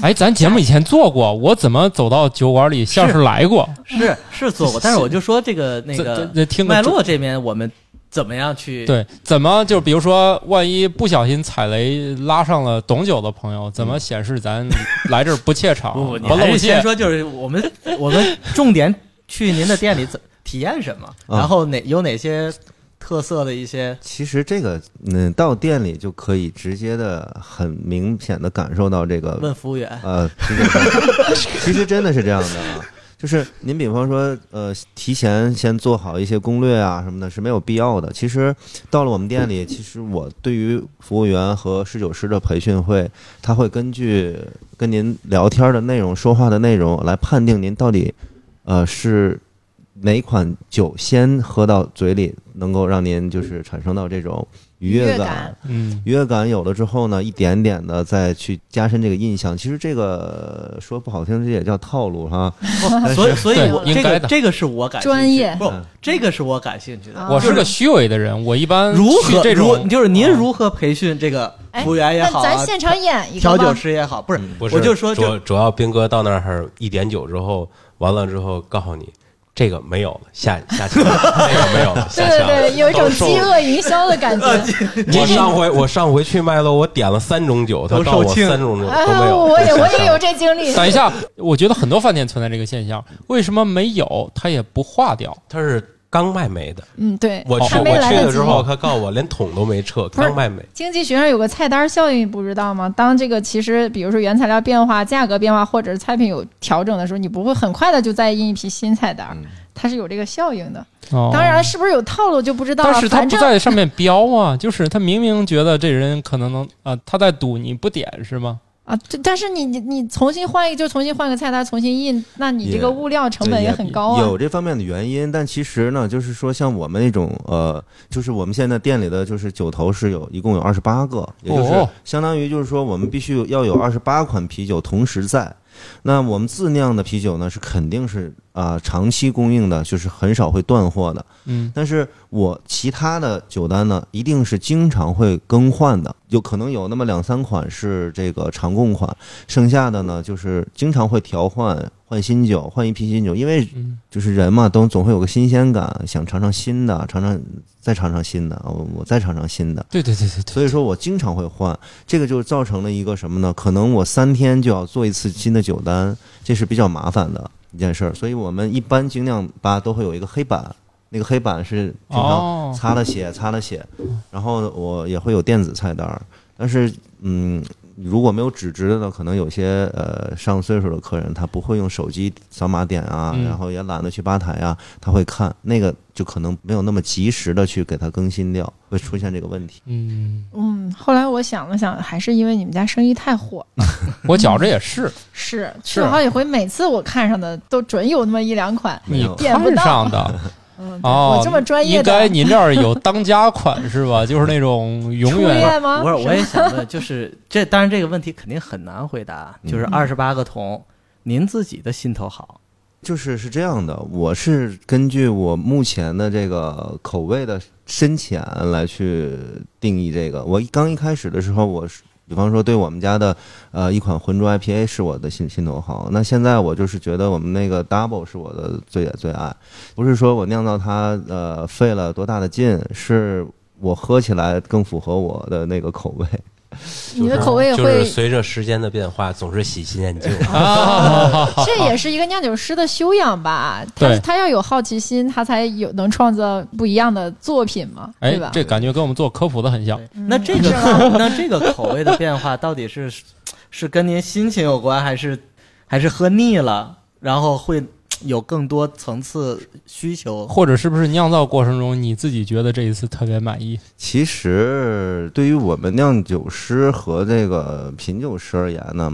哎，咱节目以前做过，我怎么走到酒馆里像是来过？
是是做过，但是我就说这个那
这
个
这这听个
脉络这边我们怎么样去
对，怎么就比如说，万一不小心踩雷拉上了懂酒的朋友，怎么显示咱来这儿不怯场、
嗯 不不，你还
露
是先
怯？
说，就是我们我们重点去您的店里怎体验什么，
啊
然后哪有哪些特色的一些
其实这个，嗯，到店里就可以直接的、很明显的感受到这个
问服务员，
呃，这个其实真的是这样的啊，就是您比方说，呃，提前先做好一些攻略啊什么的，是没有必要的。其实到了我们店里，其实我对于服务员和侍酒师的培训会，他会根据跟您聊天的内容、说话的内容来判定您到底，呃，是。哪款酒先喝到嘴里，能够让您就是产生到这种愉
愉
悦
悦
感？
感
嗯，
愉悦感有了之后呢，一点点的再去加深这个印象。其实这个说不好听，这也叫套路哈。呃
哦所以所以
对
我
应
这
该
个
的
这个是我感兴趣
专业
不
嗯，
这个是我感兴趣的。
啊
我是个虚伪的人，我一般
如
去
何
这
如
种啊
就是您如何培训这个服务员也
哎那
好
咱
啊，
现场演一
调
个
酒
吧。
师也好，不是
嗯
不是，
我就说
主
就
主要斌哥到那儿一点酒之后，完了之后告诉你这个没有了，下下去，那个没有了，
对
下
对
下。
对，有一种
都受
饥饿营销的感觉。
我上回我上回去麦乐，我点了三种酒，他
都
告诉
售
我
罄
三种酒
哎
都没有。
我也我也有这经历。
等一下，我觉得很多饭店存在这个现象，为什么没有它也不化掉？
他是刚卖没的，
嗯，对，
我去
还
我
没来
去
得
的
及
时。候，他告诉我连桶都没撤，
是
刚卖没。
经济学上有个菜单效应，你不知道吗？当这个其实，比如说原材料变化、价格变化，或者是菜品有调整的时候，你不会很快的就再印一批新菜单，
嗯
它是有这个效应的。
哦
当然，是不是有套路就不知道
但
了
是。他
反
不
正
在上面标啊，就是他明明觉得这人可能能啊、他在赌你不点是吗？
啊，这但是你你你重新换一个，就重新换个菜单，重新印，那你这
也
个物料成本也很高啊。
有这方面的原因，但其实呢，就是说像我们那种呃，就是我们现在店里的就是酒头是有一共有二十八个，也就是
哦
相当于就是说我们必须要有二十八款啤酒同时在。那我们自酿的啤酒呢，是肯定是啊、长期供应的，就是很少会断货的。
嗯，
但是我其他的酒单呢，一定是经常会更换的，有可能有那么两三款是这个常供款，剩下的呢就是经常会调换，换新酒，换一批新酒，因为
嗯
就是人嘛，都总会有个新鲜感，想尝尝新的，尝尝再尝尝新的，我我再尝尝新的，
对对对对对，
所以说我经常会换，这个就造成了一个什么呢？可能我三天就要做一次新的酒单，这是比较麻烦的一件事儿。所以我们一般精酿吧都会有一个黑板，那个黑板是平常
哦
擦了写、擦了写，然后我也会有电子菜单儿，但是嗯。如果没有纸质的呢，可能有些呃上岁数的客人他不会用手机扫码点啊，
嗯
然后也懒得去吧台啊，他会看那个就可能没有那么及时的去给他更新掉，会出现这个问题。
嗯，
嗯，后来我想了想，还是因为你们家生意太火了，
我觉着也是，
是去
是
了好几回，每次我看上的都准有那么一两款。
没
你
有
点不
看
到
上的
嗯，
哦，
我这么专
应
业的
该您这儿有当家款是吧？ 就是那种
初
永远
恋吗？
不是，我
吧
也想问， 就是这当然这个问题肯定很难回答，
嗯
就是二十八个桶，您自己的心头好，
就是是这样的，我是根据我目前的这个口味的深浅来去定义这个。我一刚一开始的时候，我是比方说对我们家的呃一款浑浊 IPA 是我的心心头好，那现在我就是觉得我们那个 Double 是我的最最爱，不是说我酿造它呃费了多大的劲，是我喝起来更符合我的那个口味。
你的口味
就
会
是随着时间的变化，总是喜新厌旧。
这也是一个酿酒师的修养吧？他
对
他要有好奇心，他才有能创造不一样的作品嘛，
哎
对吧，？
这感觉跟我们做科普的很像。
嗯
那这个口那这个口味的变化到底是 是跟您心情有关，还是还是喝腻了，然后会有更多层次需求？
或者是不是酿造过程中你自己觉得这一次特别满 意？
其实，对于我们酿酒师和这个品酒师而言呢，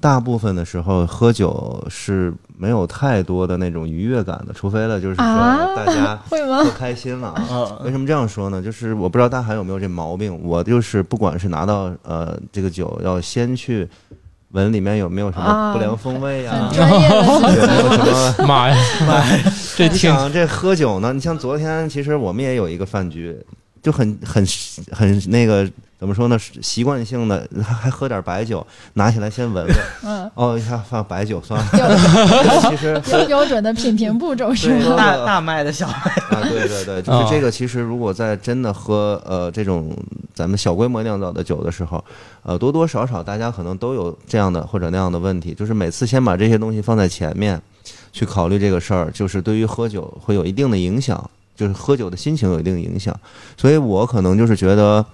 大部分的时候喝酒是没有太多的那种愉悦感的，除非了就是说
啊
大家
会吗
都？开心了 啊。为
嗯，
什么这样说呢？就是我不知道大海有没有这毛病，我就是不管是拿到呃这个酒，要先去闻里面有没有什么
啊
不良风味呀、
很专业的
有没有什么
妈呀，这
你
听
想这喝酒呢？你像昨天，其实我们也有一个饭局，就很很很那个怎么说呢？习惯性的还还喝点白酒，拿起来先闻闻。
嗯，
哦，一下放白酒算了。
有
其实
有标准的品评步骤是
对，
吗？
大大麦的小麦，
啊，对对对，就是这个。其实如果在真的喝呃这种咱们小规模酿造的酒的时候，呃多多少少大家可能都有这样的或者那样的问题，就是每次先把这些东西放在前面去考虑这个事儿，就是对于喝酒会有一定的影响，就是喝酒的心情有一定的影响。所以我可能就是觉得，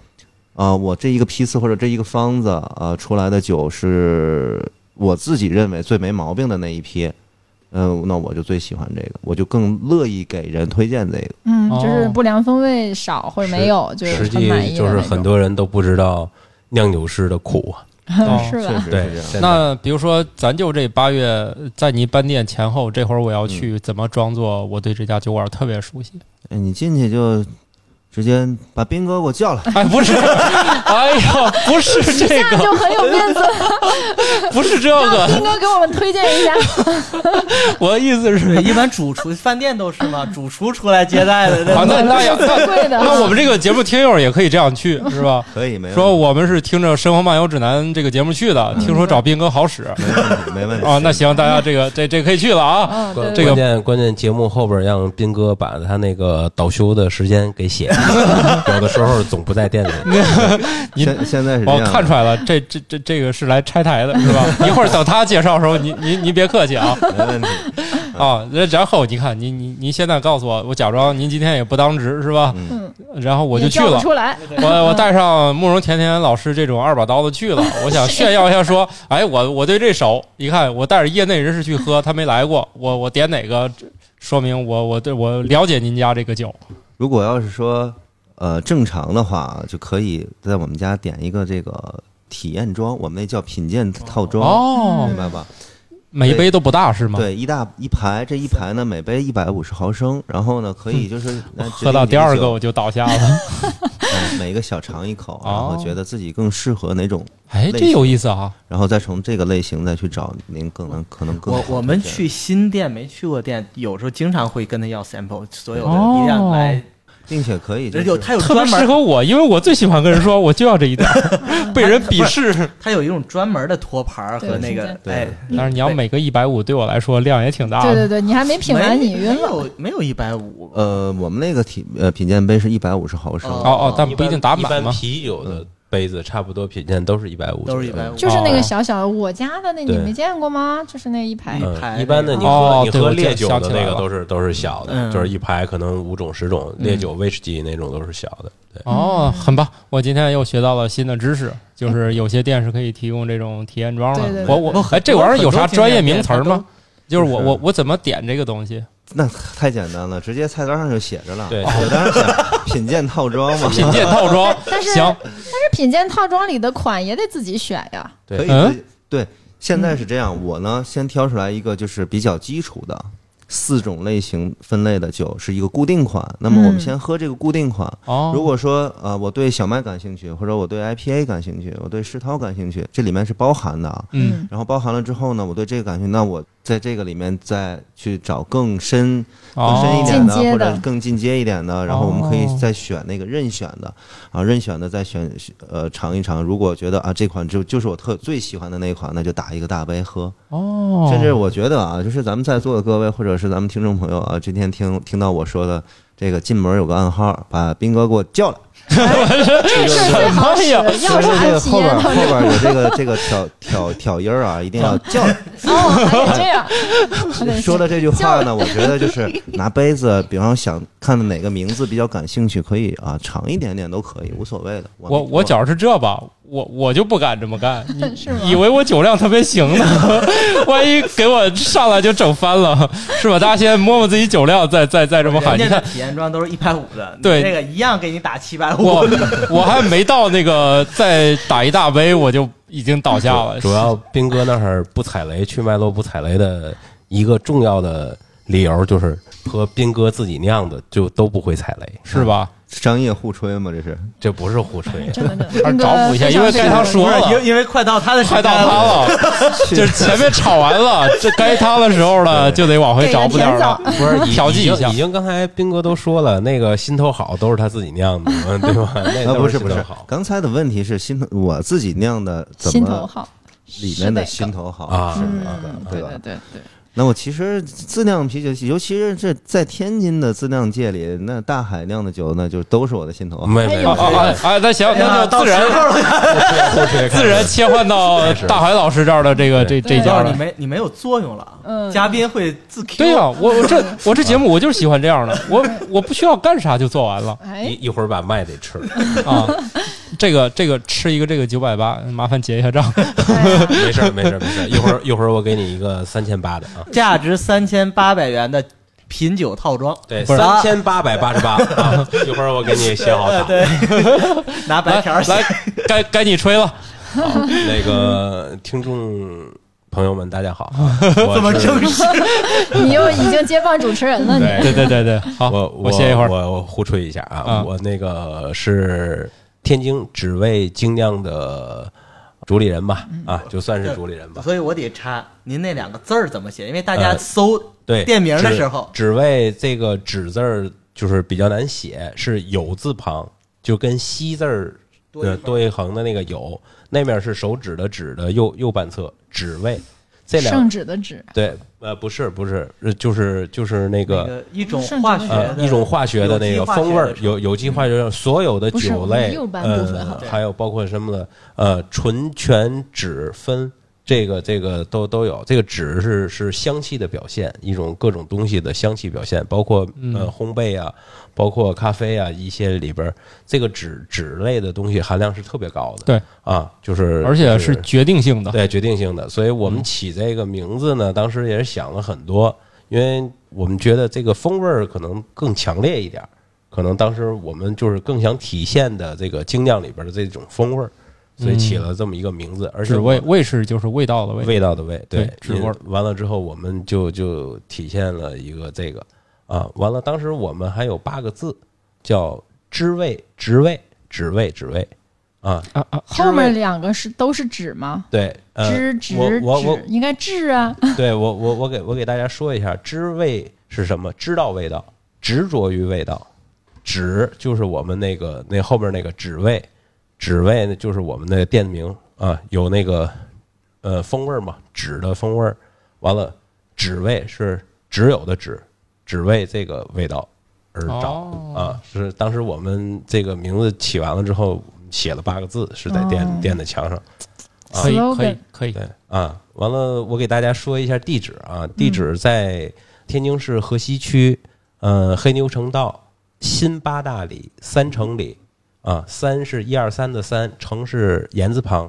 啊，我这一个批次或者这一个方子呃出来的酒是我自己认为最没毛病的那一批。嗯，那我就最喜欢这个，我就更乐意给人推荐这个。
嗯，
哦
就是不良风味少或者没有，就是
实
很满
际
意
就
的
是
那
很
种，
多人都不知道酿酒师的苦啊。
哦
是
确
吧？
实
对
是这样。，
真的
那比如说，咱就这八月，在你搬店前后，这会儿我要
嗯
去，怎么装作我对这家酒馆特别熟悉？
哎，你进去就直接把斌哥给 我叫来，
哎，不 是，哎呀，不是这
那
个，
就很有面子。
不是这个，
斌哥给我们推荐一下，
我的意思是
对，，一般主厨饭店都是嘛，主厨出来接 待的，
啊，
那
那那要
最
那
贵的。
那我们这个节目听友也可以这样去，是吧？
可以没问题？
说我们是听着《生活漫游指南》这个节目去
嗯
的，听说找斌哥好 使
没问题，没问题
啊，那行，大家这个这这可以去了啊。
嗯，对
关
这
对
个
关键关键节目后边让斌哥把他那个倒休的时间给写， 有的时候总不在店里。
你
现现在是这
我
样的，
哦看出来了，这这这这个是来拆台的， 是吧？一会儿等他介绍的时候，您您您别客气啊
没问题。
啊！那然后你看，您您您现在告诉我，我假装您今天也不当值是吧？
嗯，
然后我就
也
去
叫不
了，
出来，
我我带上慕容甜甜老师这种二把刀子去了，我想炫耀一下， 说，哎，我我对这手，你看我带着业内人士去喝，他没来过，我我点哪个，这说明我我对我了解您家这个酒。
如果要是说呃正常的话，啊就可以在我们家点一个这个体验装，我们那叫品鉴套装，
哦
明白吧？
每一杯都不大是吗？，
对，一大一排，这一排呢每杯一百五十毫升，然后呢可以就是呃决定
嗯喝到
你的
第二个
酒
我就倒下了。
嗯每个小尝一口，然后
哦
觉得自己更适合哪种。
哎，
类
这有意思啊！
然后再从这个类型再去找您更能可能更
我
好的
我们
这样
去新店没去过店，有时候经常会跟他要 sample，所有的
哦
一样
哎
来，
并且可以就
有
是
他有
特别
专
适
门
合我，因为我最喜欢跟人说，我就要这一点儿，被人鄙视。
他有一种专门的托盘儿和那个
对
哎，
但是你要每个一百五，对我来说量也挺大
对
的。
对对，你还没品完，你晕
没
了。
有没有一百五，
呃，我们那个体呃品鉴杯是一百五十毫升，
哦
哦哦，但不一定打
一
满
般
嘛。
啤酒的杯子差不多品鉴都是一百五，
都是一百五，
就是那个小小的，我家的那你
对
没见过吗？就是那一排，
嗯
嗯，一般的你喝、
哦
你
对我
喝烈酒
想
的
起来
那个
了
都是都是小的，
嗯
就是一排可能五种十种，烈酒、威士忌那种都是小的。对，
嗯
哦，很棒！我今天又学到了新的知识，就是有些店是可以提供这种体验装的。
对对对
我我哎，这玩意儿有啥专业名词儿吗？就是我
就是
我我怎么点这个东西？
那太简单了，直接菜单上就写着了。
对
我当然想 品鉴套装嘛，
品鉴套装
但是
行，
这品鉴套装里的款也得自己选呀。
对
可以自己对。现在是这样，我呢先挑出来一个就是比较基础的四种类型分类的酒是一个固定款，那么我们
嗯
先喝这个固定款。
哦，
如果说呃我对小麦感兴趣，或者我对 IPA 感兴趣，我对世涛感兴趣，这里面是包含的啊。
嗯，
然后包含了之后呢，我对这个感兴趣，那我在这个里面再去找更深更深一
哦，
点的，
进阶
或
的
者更进阶一点的，然后我们可以
哦
再选那个任选的啊，任选的再选呃尝一尝。如果觉得啊这款就就是我特最喜欢的那一款，那就打一个大杯喝。
哦，
甚至我觉得啊，就是咱们在座的各位，或者是咱们啊听众朋友啊，今天听听到我说的这个进门有个暗号，把斌哥给我叫来，
这事儿最好使，要
就是
啥
这个
体
后
验
边
到
后边有这个这个挑挑挑音儿啊，一定要叫。
哦，还得这样， 还得
说了这句话呢，我觉得就是拿杯子，比方想看的哪个名字比较感兴趣，可以啊，长一点点都可以，无所谓的。
我我觉是这吧，我我就不敢这么 干，
是吗？
以为我酒量特别行呢， 万一给我上来就整翻了，是吧？大家先摸摸自己酒量，再再再这么喊。你
人家
看
的，体验装都是一百五的，你
对
这个一样给你打七百五。
我我还没到那个再打一大杯，我就已经倒下了。
主要斌哥那儿不踩雷，去麦洛不踩雷的一个重要的理由就是和斌哥自己酿的就都不会踩雷，
是吧？
嗯
商业互吹嘛，这是
这不是胡吹。啊
真的，
还
真
是
的
找补一下，因为该他 说
不是
了，
因因为快到他的时
快
间
到他
了，
了， 就是前面吵完了，这该他的时候了，就得往回找补点儿了。
不是 已
调剂一下
已经已经刚才斌哥都说了，那个心头好都是他自己酿的，对吧？哎那
啊，
都
不是
是
不
心
是
头好，
刚才的问题是心头我自己酿的怎
心头
么
好，
里面的
是哪个
心头好
啊
是
嗯
哪个
对
吧
对？对对，
那我其实自酿啤酒，尤其是这在天津的自酿界里，那大海酿的酒呢，就都是我的心头好。
没没
哎
没
呦
啊啊啊！哎，那行，那就自然
胡吹，
自然切换到大海老师这儿的这个这这
就
家
啊
是你
了。
没你没有作用了啊，
嗯
嘉宾会自 Q。
对啊呀、我我这我这节目我就是喜欢这样的，我我不需要干啥就做完了
哎，
一一会儿把麦得吃了，
啊。这个这个吃一个这个九百八，麻烦结一下 账。
没事儿没事儿没事儿，一会儿一会儿我给你一个三千八的啊，
价值三千八百元的品酒套装，
对，
不是
啊
三千八百八十八啊，一会儿我给你写好卡。
对，拿白
来
条儿写
来，该该你吹了。
好，那个听众朋友们，大家好，啊我
这么
是
正式。
你又已经接棒主持人了，
嗯
你
对对对对，好，
我
我歇一会儿。
我我互吹一下啊，
嗯
我那个是天津只为精酿的主理人吧，
嗯
啊，就算是主理人吧。
所以我得插您那两个字儿怎么写，因为大家
呃
搜
对，
店名的时候，
只只为这个“只”字儿就是比较难写，是“有”字旁，就跟“西”字儿
多一
呃
横
多一横的那个“有”，那面是手指的“指”的右右半侧，“只为”这两
圣旨的旨，
对，呃，不是不是，呃就是就是那
那
个。
个一种化学
呃
的，
一种化学的那个风味儿，有有机化学的所有的
不是我
酒
们
类
右，半部分
呃
哈，
还有包括什么的，呃，醇、醛、酯、酚，这个这个都都有。这个酯是是香气的表现，一种各种东西的香气表现，包括呃烘焙啊，包括咖啡啊，一些里边儿这个酯酯类的东西含量是特别高的。
对
啊，就是
而且是
就
决定性的，
对，决定性的。所以我
嗯
们起这个名字呢，当时也是想了很多，因为我们觉得这个风味儿可能更强烈一点儿，可能当时我们就是更想体现的这个精酿里边的这种风味儿，所以起了这么一个名字，而
嗯
且
只
我
味味是就是味道的味，
味道的味，
对
因
脂味儿
完了之后，我们就就体现了一个这个啊，完了，当时我们还有八个字叫知味、职味、职味、职味啊，
啊啊，
后面两个是都是旨吗？
对，呃，
知旨
我我我嗯
旨应该治啊，
对我，我我给我给大家说一下，知味是什么？知道味道，执着于味道。指就是我们那个那后面那个指味，指味呢就是我们那个店名啊，有那个呃风味儿嘛，指的风味儿。完了，指味是只有的只，只为这个味道而找、
哦
啊。是当时我们这个名字起完了之后，写了八个字，是在店、
哦
店的墙上。
可以
slogan
可以可以，
啊对啊，完了，我给大家说一下地址啊，地
嗯
址在天津市河西区，呃，黑牛城道新八大里三城里啊，三是一二三的三，城是言字旁，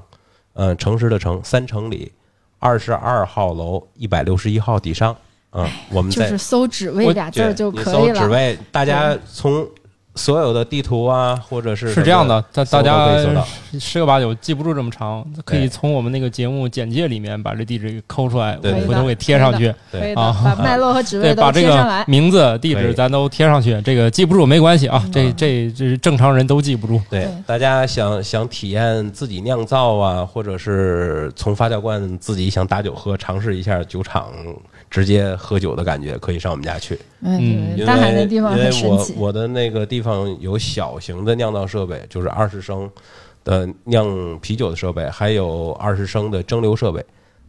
嗯、城市的城，三城里二十二号楼一百六十一号底商啊，我们
就
在
是搜旨味
我
俩字哎儿就
你
可
搜
以
址
了。
位，大家从所有的地图啊，或者是
是这样的，大大
搜都可以搜
家
到
十有八九记不住这么长，可以
对
从我们那个节目简介里面把这地址给抠出来，我
对对
们
对
回头给贴上去。
对
可以的，
啊
把脉络和职
对，
位
把
都
这
贴上来
个。名字、地
可
址
以
咱都贴上去。这个记不住没关系
嗯
啊，这这这是正常人都记不 住。
对
对，
大家想想体验自己酿造啊，或者是从发酵罐自己想打酒喝，尝试一下酒厂直接喝酒的感觉，可以上我们家去。
嗯
嗯，
因
对
为
大海那地方
因为
很神
我
奇。
我的那个地方有小型的酿造设备，就是二十升的酿啤酒的设备，还有二十升的蒸馏设备。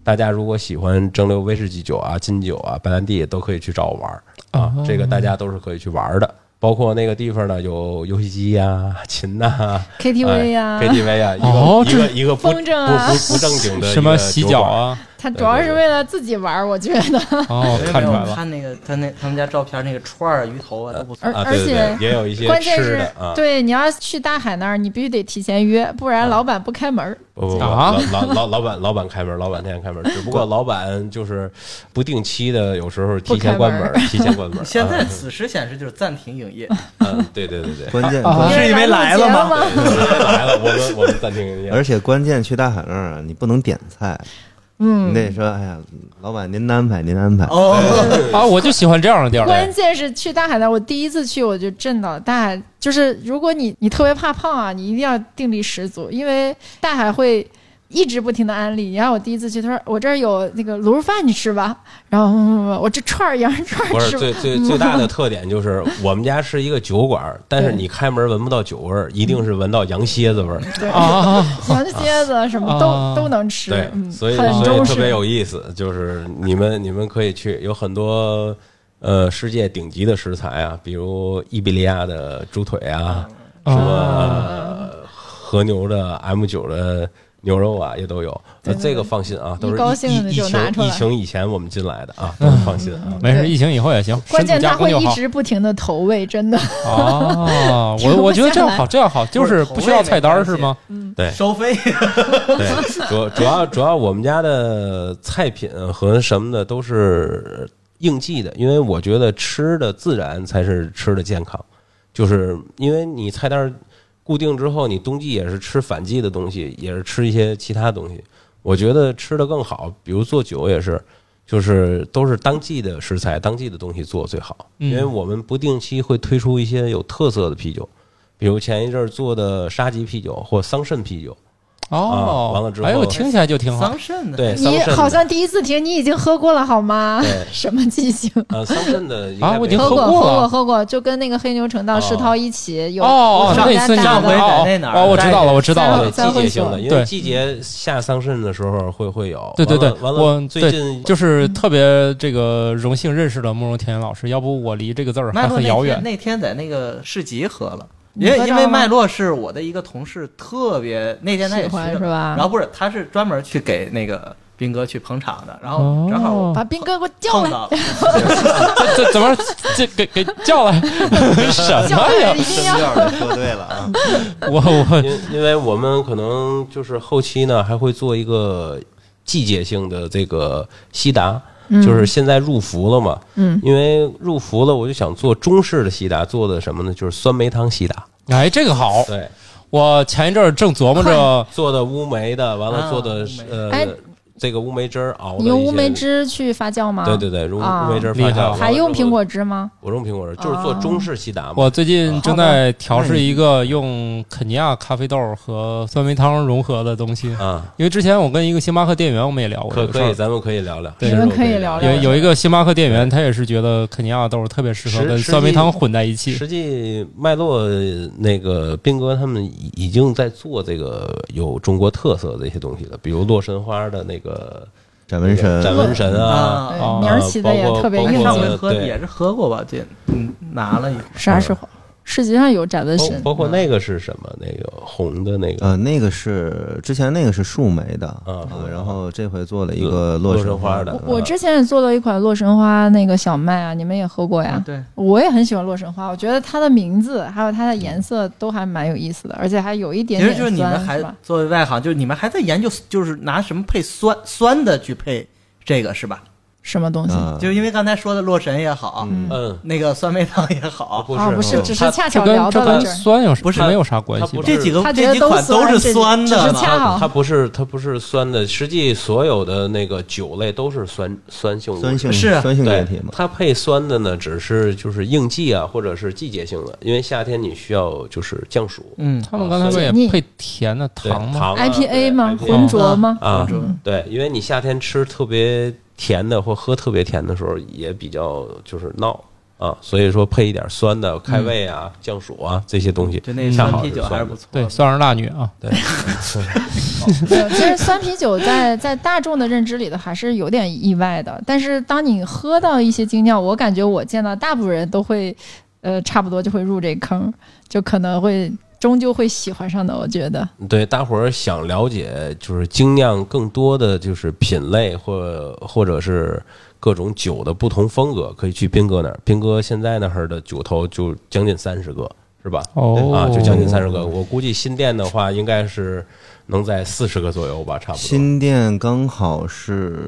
大家如果喜欢蒸馏
哦
威士忌酒啊、金酒啊、白兰地，都可以去找我玩儿啊。这个大家都是可以去玩儿的，包括那个地方呢有游戏机呀、 琴呐、
KTV 呀、
KTV 啊，一个、
哦
一
这
个一个不
风筝啊
不不不正经的
什么洗脚
脚，
啊？
他主要是为了自己玩儿，我觉得。
啊
哦，看出来
我
了，
看那个他那他们家照片，那个串儿、鱼头啊都不错
而。
啊，对对对
而，且
也有一些
关键
吃
是
的啊，，
对你要去大海那儿，你必须得提前约，不然老板不开门儿。
不不不，
啊
老老老老板老板开门，老板天天开门，只不过老板就是不定期的，有时候提前关门
不开，
提前关门。
现在
啊
此时显示就是暂停营业，
嗯，对对对对，
关键
啊
关
是因为来了吗
吗？
来了，我们我们暂停营业。
而且关键去大海那儿啊，你不能点菜，你
嗯，
得说，哎呀，老板您安排，您安排。
哦，
啊，我就喜欢这样的地
关
儿。
键是去大海那儿，我第一次去我就震到大海，就是如果你你特别怕胖啊，你一定要定力十足，因为大海会。一直不停的安利，然后我第一次去，他说我这儿有那个卤肉饭，你吃吧。然后、嗯、我这串儿羊肉串
不
儿
是
吃吧。
最最最大的特点就是我们家是一个酒馆，但是你开门闻不到酒味儿，一定是闻到羊蝎子味儿。
对，
啊啊啊！
羊蝎 子什么
啊
都都能吃
对，，
嗯，
所以
很
所以
中式
特别有意思，就是你们你们可以去，有很多呃世界顶级的食材啊，比如伊比利亚的猪腿啊，什么、
啊
呃和牛的 M 九的牛肉啊，也都有。呃，
对对
这个放心啊，都
一高
是
兴
疫
的
疫疫
就拿出
情
来
疫情以前我们进来的 啊，都是放心啊。
没事，
对
疫情以后也行。
关键
深度加
他
工
会
就
一
好
直不停的投喂，真的。
啊，
停
我
不
我觉得
下
这样
来
好，这样好，就
不是
是
口
不需要
味没
菜单儿
关
是
系
吗？
收费
对，主主要主要我们家的菜品和什么的都是应季的，因为我觉得吃的自然才是吃的健康，就是因为你菜单儿固定之后，你冬季也是吃反季的东西，也是吃一些其他东西。我觉得吃的更好，比如做酒也是，就是都是当季的食材、当季的东西做最好，
嗯
因为我们不定期会推出一些有特色的啤酒，比如前一阵儿做的沙棘啤酒或桑葚啤酒。
哦，
啊完了之后
哎，我听起来就挺好
桑。葚呢？
对，桑
你
葚的
好像第一次听，你已经喝过了好吗
对？
什么记性？
呃，桑葚的应
啊
该
我已
没
经
有
喝
过，
过
喝
了
喝过，就跟那个黑牛城到
哦
世涛一起有
哦哦，
有
那
大
次你
家
上
打
回
的
哦
在那哪儿
哦，我知道了，我知道
三
了
回。
季节性的，因为
对
季节下桑葚的时候会会有。
对对对
完了完
我
了，
对
最近
就是特别这个荣幸认识了慕容田老师，要不我离这个字儿
麦
还
洛
很
那
遥
天
远。
那天在那个市集喝了，
你
因为
喝
因
着
为
了吗
麦洛是我的一个同事，特别那天他也
喜欢
去了
是吧
然后不是，他是专门去给那个斌哥去捧场的，然后
哦
正好我
把斌哥给我叫来，
碰到了，
这这怎么这给给叫来 什
叫
么
来
呀
一？定 要。
儿说对了啊，
我我
因因为我们可能就是后期呢还会做一个季节性的这个西达，就是现在入伏了嘛。
嗯，
因为入伏了，我就想做中式的西达，做的什么呢？就是酸梅汤西达。
哎，这个好，
对，
我前一阵儿正琢磨着，
做的乌梅的，完了
啊
做的
乌梅
哎
呃这个乌梅汁儿熬的
你用
一
乌
些
梅。汁去发酵吗？
对对对，用
啊
乌梅汁儿
厉
发
害
酵，
了
还用苹果啊汁吗？
我用苹果汁，就是做中式西达嘛。
我最近正
好
在调试一个用肯尼亚咖啡豆和酸梅汤融合的东西，
啊，
因为之前我跟一个星巴克店员我们也聊过
可
这个事
可以，
儿。
咱们可以聊聊。
对
你们可以聊聊
有有一个星巴克店员，他也是觉得肯尼亚豆特别适合
实
跟
实际
酸梅汤混在一起。
实际脉络那个斌哥他们已已经在做这个有中国特色的一些东西了，比如洛神花的那个
展纹神，
展纹神啊，
啊，
对
哦
名儿起的也
包括
特别
包
哎
有
括
上
意思。
回喝
对
也是喝过吧？这嗯拿了一个
啥时候？市集上有展纹
包
神，啊
包括那个是什么？那个红的那个
呃，那个是之前那个是树莓的
啊树莓
然后这回做了一
洛
个
洛
洛
神
神
花的
的，
我之前也做了一款洛神花那个小麦啊，你们也喝过呀？
对，
我也很喜欢洛神花，我觉得它的名字还有它的颜色都还蛮有意思的，而且还有一点
其
点
实
酸，
就是你们还
是吧？
作为外行，就是你们还在研究，就是拿什么配酸酸的去配这个是吧？
什么东西？
啊，
就因为刚才说的洛神也好，
嗯，
那个酸梅汤也好，
不
啊，
是嗯
不是，只是
它
恰
这
巧
跟
聊
这
到了
跟
这儿。
酸有
不是
没有啥关系
它
吧
不？是
这几个
他觉
这
得
几
都
款都
酸
是
这
酸
只
的
是
嘛，
恰好
它不是它不是酸的，实际所有的那个酒类都是酸酸性物质
酸性
是
酸性
对，
液体嘛，
它配酸的呢，只是就是应季啊，或者是季节性的，因为夏天你需要就是降暑。
嗯，
他们刚才不
哦
也配甜的
对
糖吗？
糖啊
IPA 吗？
对
浑浊 吗？
啊，对，因为你夏天吃特别甜的或喝特别甜的时候，也比较就是闹啊，所以说配一点酸的，开胃啊、降暑啊这些东西，
就那
恰
酸
好
啤酒
酸
还是
的
不错的。
对，酸儿辣女啊，
对，
对呃其实酸啤酒在在大众的认知里头还是有点意外的，但是当你喝到一些精酿，我感觉我见到大部分人都会。呃，差不多就会入这坑，就可能会终究会喜欢上的。我觉得，
对，大伙儿想了解就是精酿更多的就是品类或或者是各种酒的不同风格，可以去斌哥那儿。斌哥现在那儿的酒头就将近三十个，是吧？
哦
啊，就将近三十个。
哦
我估计新店的话，应该是能在四十个左右吧，差不多。
新店刚好是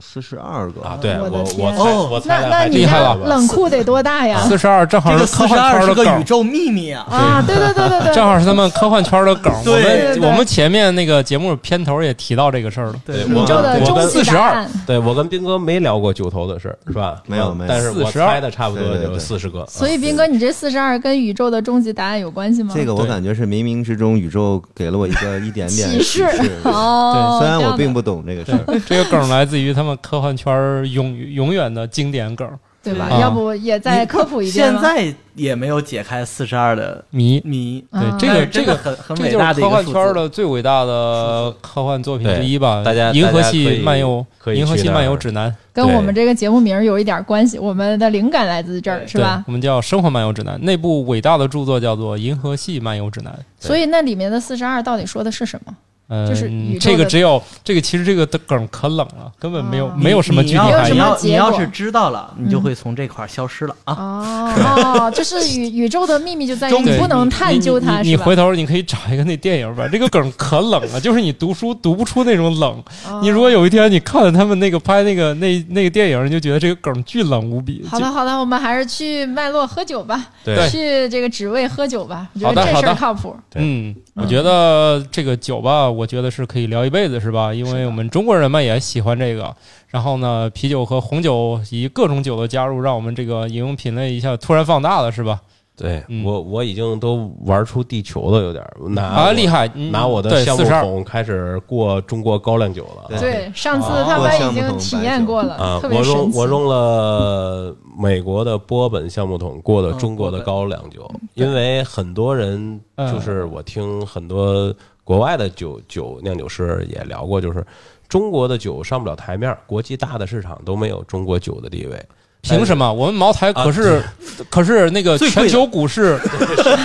四十二个
啊，对
我的
我
天啊
我猜
哦
我猜
那
的
那
还
你
厉害
这
了
冷库得多大呀？
四十二正好
这个
是科
四十
幻
二
圈
是
的
个宇
梗，
宙秘密啊！
啊，对对对对
正
对，
好是他们科幻圈的梗。我
对
对
对
们
对
我们前面那个节目片头也提到这个事儿了。
对
宇
我
宙的
跟我
终
跟
极答案。
对我跟斌哥没聊过酒头的事儿，是吧？
没有
嗯
没有
但是我
42
猜的差不多
对对
有
对
四十个。啊
所以，斌哥，你这四十二跟宇宙的终极答案有关系吗？
这个我
对
感觉是冥冥之中宇宙给了我一个一点点
启示
示。
哦，
虽然
这
我
样
并
的
不懂这个事儿，
这个梗来自于他们科幻圈儿永永远的经典梗
对吧？
啊
要不也再科普一遍
现
吗？
在也没有解开四十二的
迷。
谜，
啊
对这个
但是真
这
的
个
很很
这
伟
就
大
是
的
科
一个
幻
数
圈
字。
的最伟大的科幻作品之一吧？
对大家
银河
大家可
系
以
漫游、
可以去
银河系
那儿
漫游指南，
跟
对
我们这个节目名儿有一点关系，我们的灵感来自这儿，是
对
吧？
我们叫《生活漫游指南》，那部伟大的著作叫做《银河系漫游指南》。
对
所以那里面的四十二到底说的是什么？
嗯，
就是宇宙
这
的
个只有这个，其实这个的梗可冷了，根本没有、
啊
没有什么具
你
体
要
没有
含
什
你
义啊
么。
要
结
你要
果
是知道了，你就
嗯
会从这块儿消失了啊！
哦，哦，就是宇宇宙的秘密就在于
终
对
你不能探究
你
它，
你
是
你
吧？
回头你可以找一个那电影吧，这个梗可冷了，就是你读书读不出那种冷。
哦
你如果有一天你看了他们那个拍那个那那个电影，你就觉得这个梗巨冷无比。
好了好了，我们还是去麦洛喝酒吧，
对
去这个职位喝酒吧，我觉
好的
得这
好
事
的
儿靠谱。
对
嗯，我觉得这个酒吧，我觉得是可以聊一辈子，是吧？因为我们中国人嘛也喜欢这个。然后呢，啤酒和红酒以及各种酒的加入，让我们这个饮用品类一下突然放大了，是吧？
对
嗯，
我我已经都玩出地球了，有点儿拿
啊，
我
厉害！嗯
拿我的
对
橡木
42
桶开始过中国高粱酒了。
对
对，上次他
我
们
项
已
目
经
桶
体
白
验
酒
过了，
啊，
特别
我
神
用
奇。
我用了美国的波本橡木桶过的中国的高粱酒，因为很多人
嗯
就是我听很多国外的酒酒酿酒师也聊过，就是中国的酒上不了台面儿，国际大的市场都没有中国酒的 地位。
凭什么？我们茅台可是、
啊
可是那个
最贵
全
的
球股市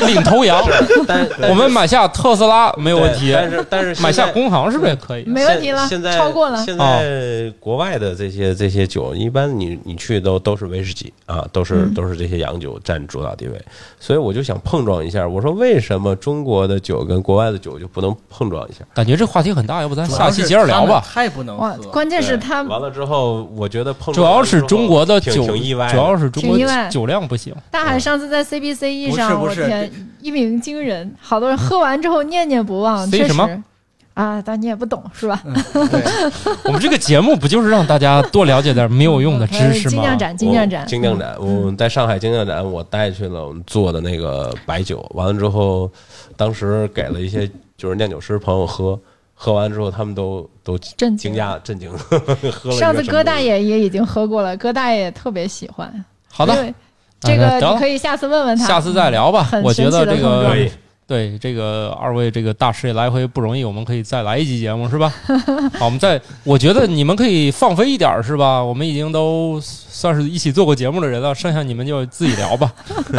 领头 羊，
但是
我们买下特斯拉没有问题
对，但是但是
买
现
下
在
工行是不是也可以？
没问题了
现现在
超过了
现在
哦
国外的这些这些酒，一般你你去都都是威士忌啊，都是
嗯
都是这些洋酒占主导地位，所以我就想碰撞一下。我说为什么中国的酒跟国外的酒就不能碰撞一下？
感觉这话题很大，要不咱
主
下
要
期
是
接着聊
他们
吧。
太不能
哇，
喝，
关键是
对
他
完了之后，我觉得碰撞
主要是中国的
挺
酒，
挺意外的，
主要是中国
挺意外
酒量不行。
大海上次在 CBCE
不是
上，
不
我
是
天，一鸣惊人，好多人喝完之后念念不忘，
C
确
什么
实。啊，但你也不懂是吧？
我们这个节目不就是让大家多了解点没有用的 知识
精
吗
酿？哎展，精酿展，
精酿展，我
嗯
们在上海精酿展，我带去了我们做的那个白酒，完了之后，当时给了一些就是酿酒师朋友喝，喝完之后他们都都
震惊
惊讶震惊， 喝了一个
上次
什么
哥大爷也已经喝过了，哥大爷特别喜欢。
好的，啊
对，这个
得了
你可以下次问问他，嗯
下次再聊吧
很。
我觉得
神
这
奇的碰
个
撞
可以，
对这个二位这个大师也来回不容易，我们可以再来一期节目是吧？ 好，我们再，我觉得你们可以放飞一点儿是吧？我们已经都算是一起做过节目的人了，剩下你们就自己聊 吧，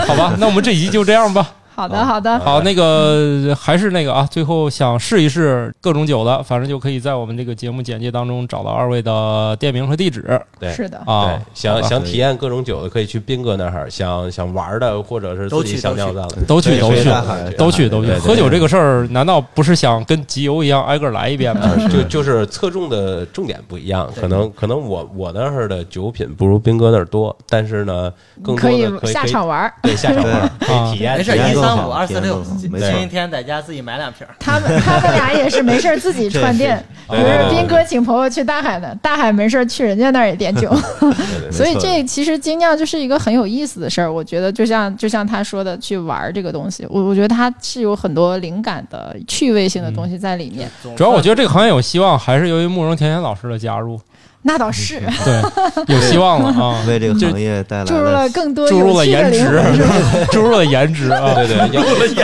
好吧？那我们这一集就这样吧。
好的，好的，
好，那个还是那个啊，最后想试一试各种酒的，反正就可以在我们这个节目简介当中找到二位的店名和地址
对
是的，
啊
对。，想
吧
想体验各种酒的，可以去斌哥那儿；想想玩的，或者是
都
自
去
己想酿造的，
都去
对
都
所以
去
大海
都去都
大海
去，
对对
喝酒这个事儿，难道不是想跟集邮一样挨个儿来一 遍吗？
就就是侧重的重点不一样，可能可能我我那儿的酒品不如斌哥那儿多，但是呢，更
可
多
以
的可以
下场玩儿。
对下场玩儿，可
啊
以体验
没事，
体验
一
更
三
好
五二四
体验
六
更好，没
星
错
期天在家自己买两瓶儿。
他们他们俩也是没事儿自己串店，比
对
如
对
哦
对对
斌哥请朋友去大海的，大海没事儿去人家那儿也点酒。
对
所以
没错
这其实精酿就是一个很有意思的事儿，我觉得就像就像他说的，去玩儿这个东西，我我觉得它是有很多灵感的趣味性的东西在里面。
总
主要我
算
觉得这个行业有希望，还是由于慕容甜甜老师的加入。
那倒是，
嗯 对，有希望了啊！
为这个
就
行业带来
注入了更多
注入
有
了
趣的
颜
灵
值
魂。，
注入了颜值啊！
对对， 要不是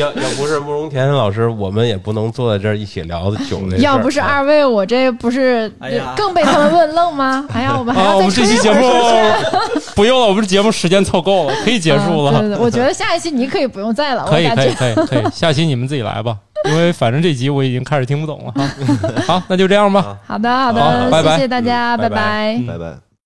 要要不是慕容甜老师，我们也不能坐在这儿一起聊酒这事儿
要不是
哎
二位，我这不是
哎呀
更被他们问愣吗？哎呀，我 们还
啊，
要
我
再
们这
吹一
期节
会儿
目
是不是？
不用了，我们节目时间凑够了，可以结束
啊
了
对。对对，我觉得下一期你可以不用再了，我
可以
感
可以
觉
可以可以，下期你们自己来吧，因为反正这集我已经开始听不懂了哈。好，那就这样吧。
好的好的，
好拜拜
谢谢大家，
嗯拜拜
拜
拜拜。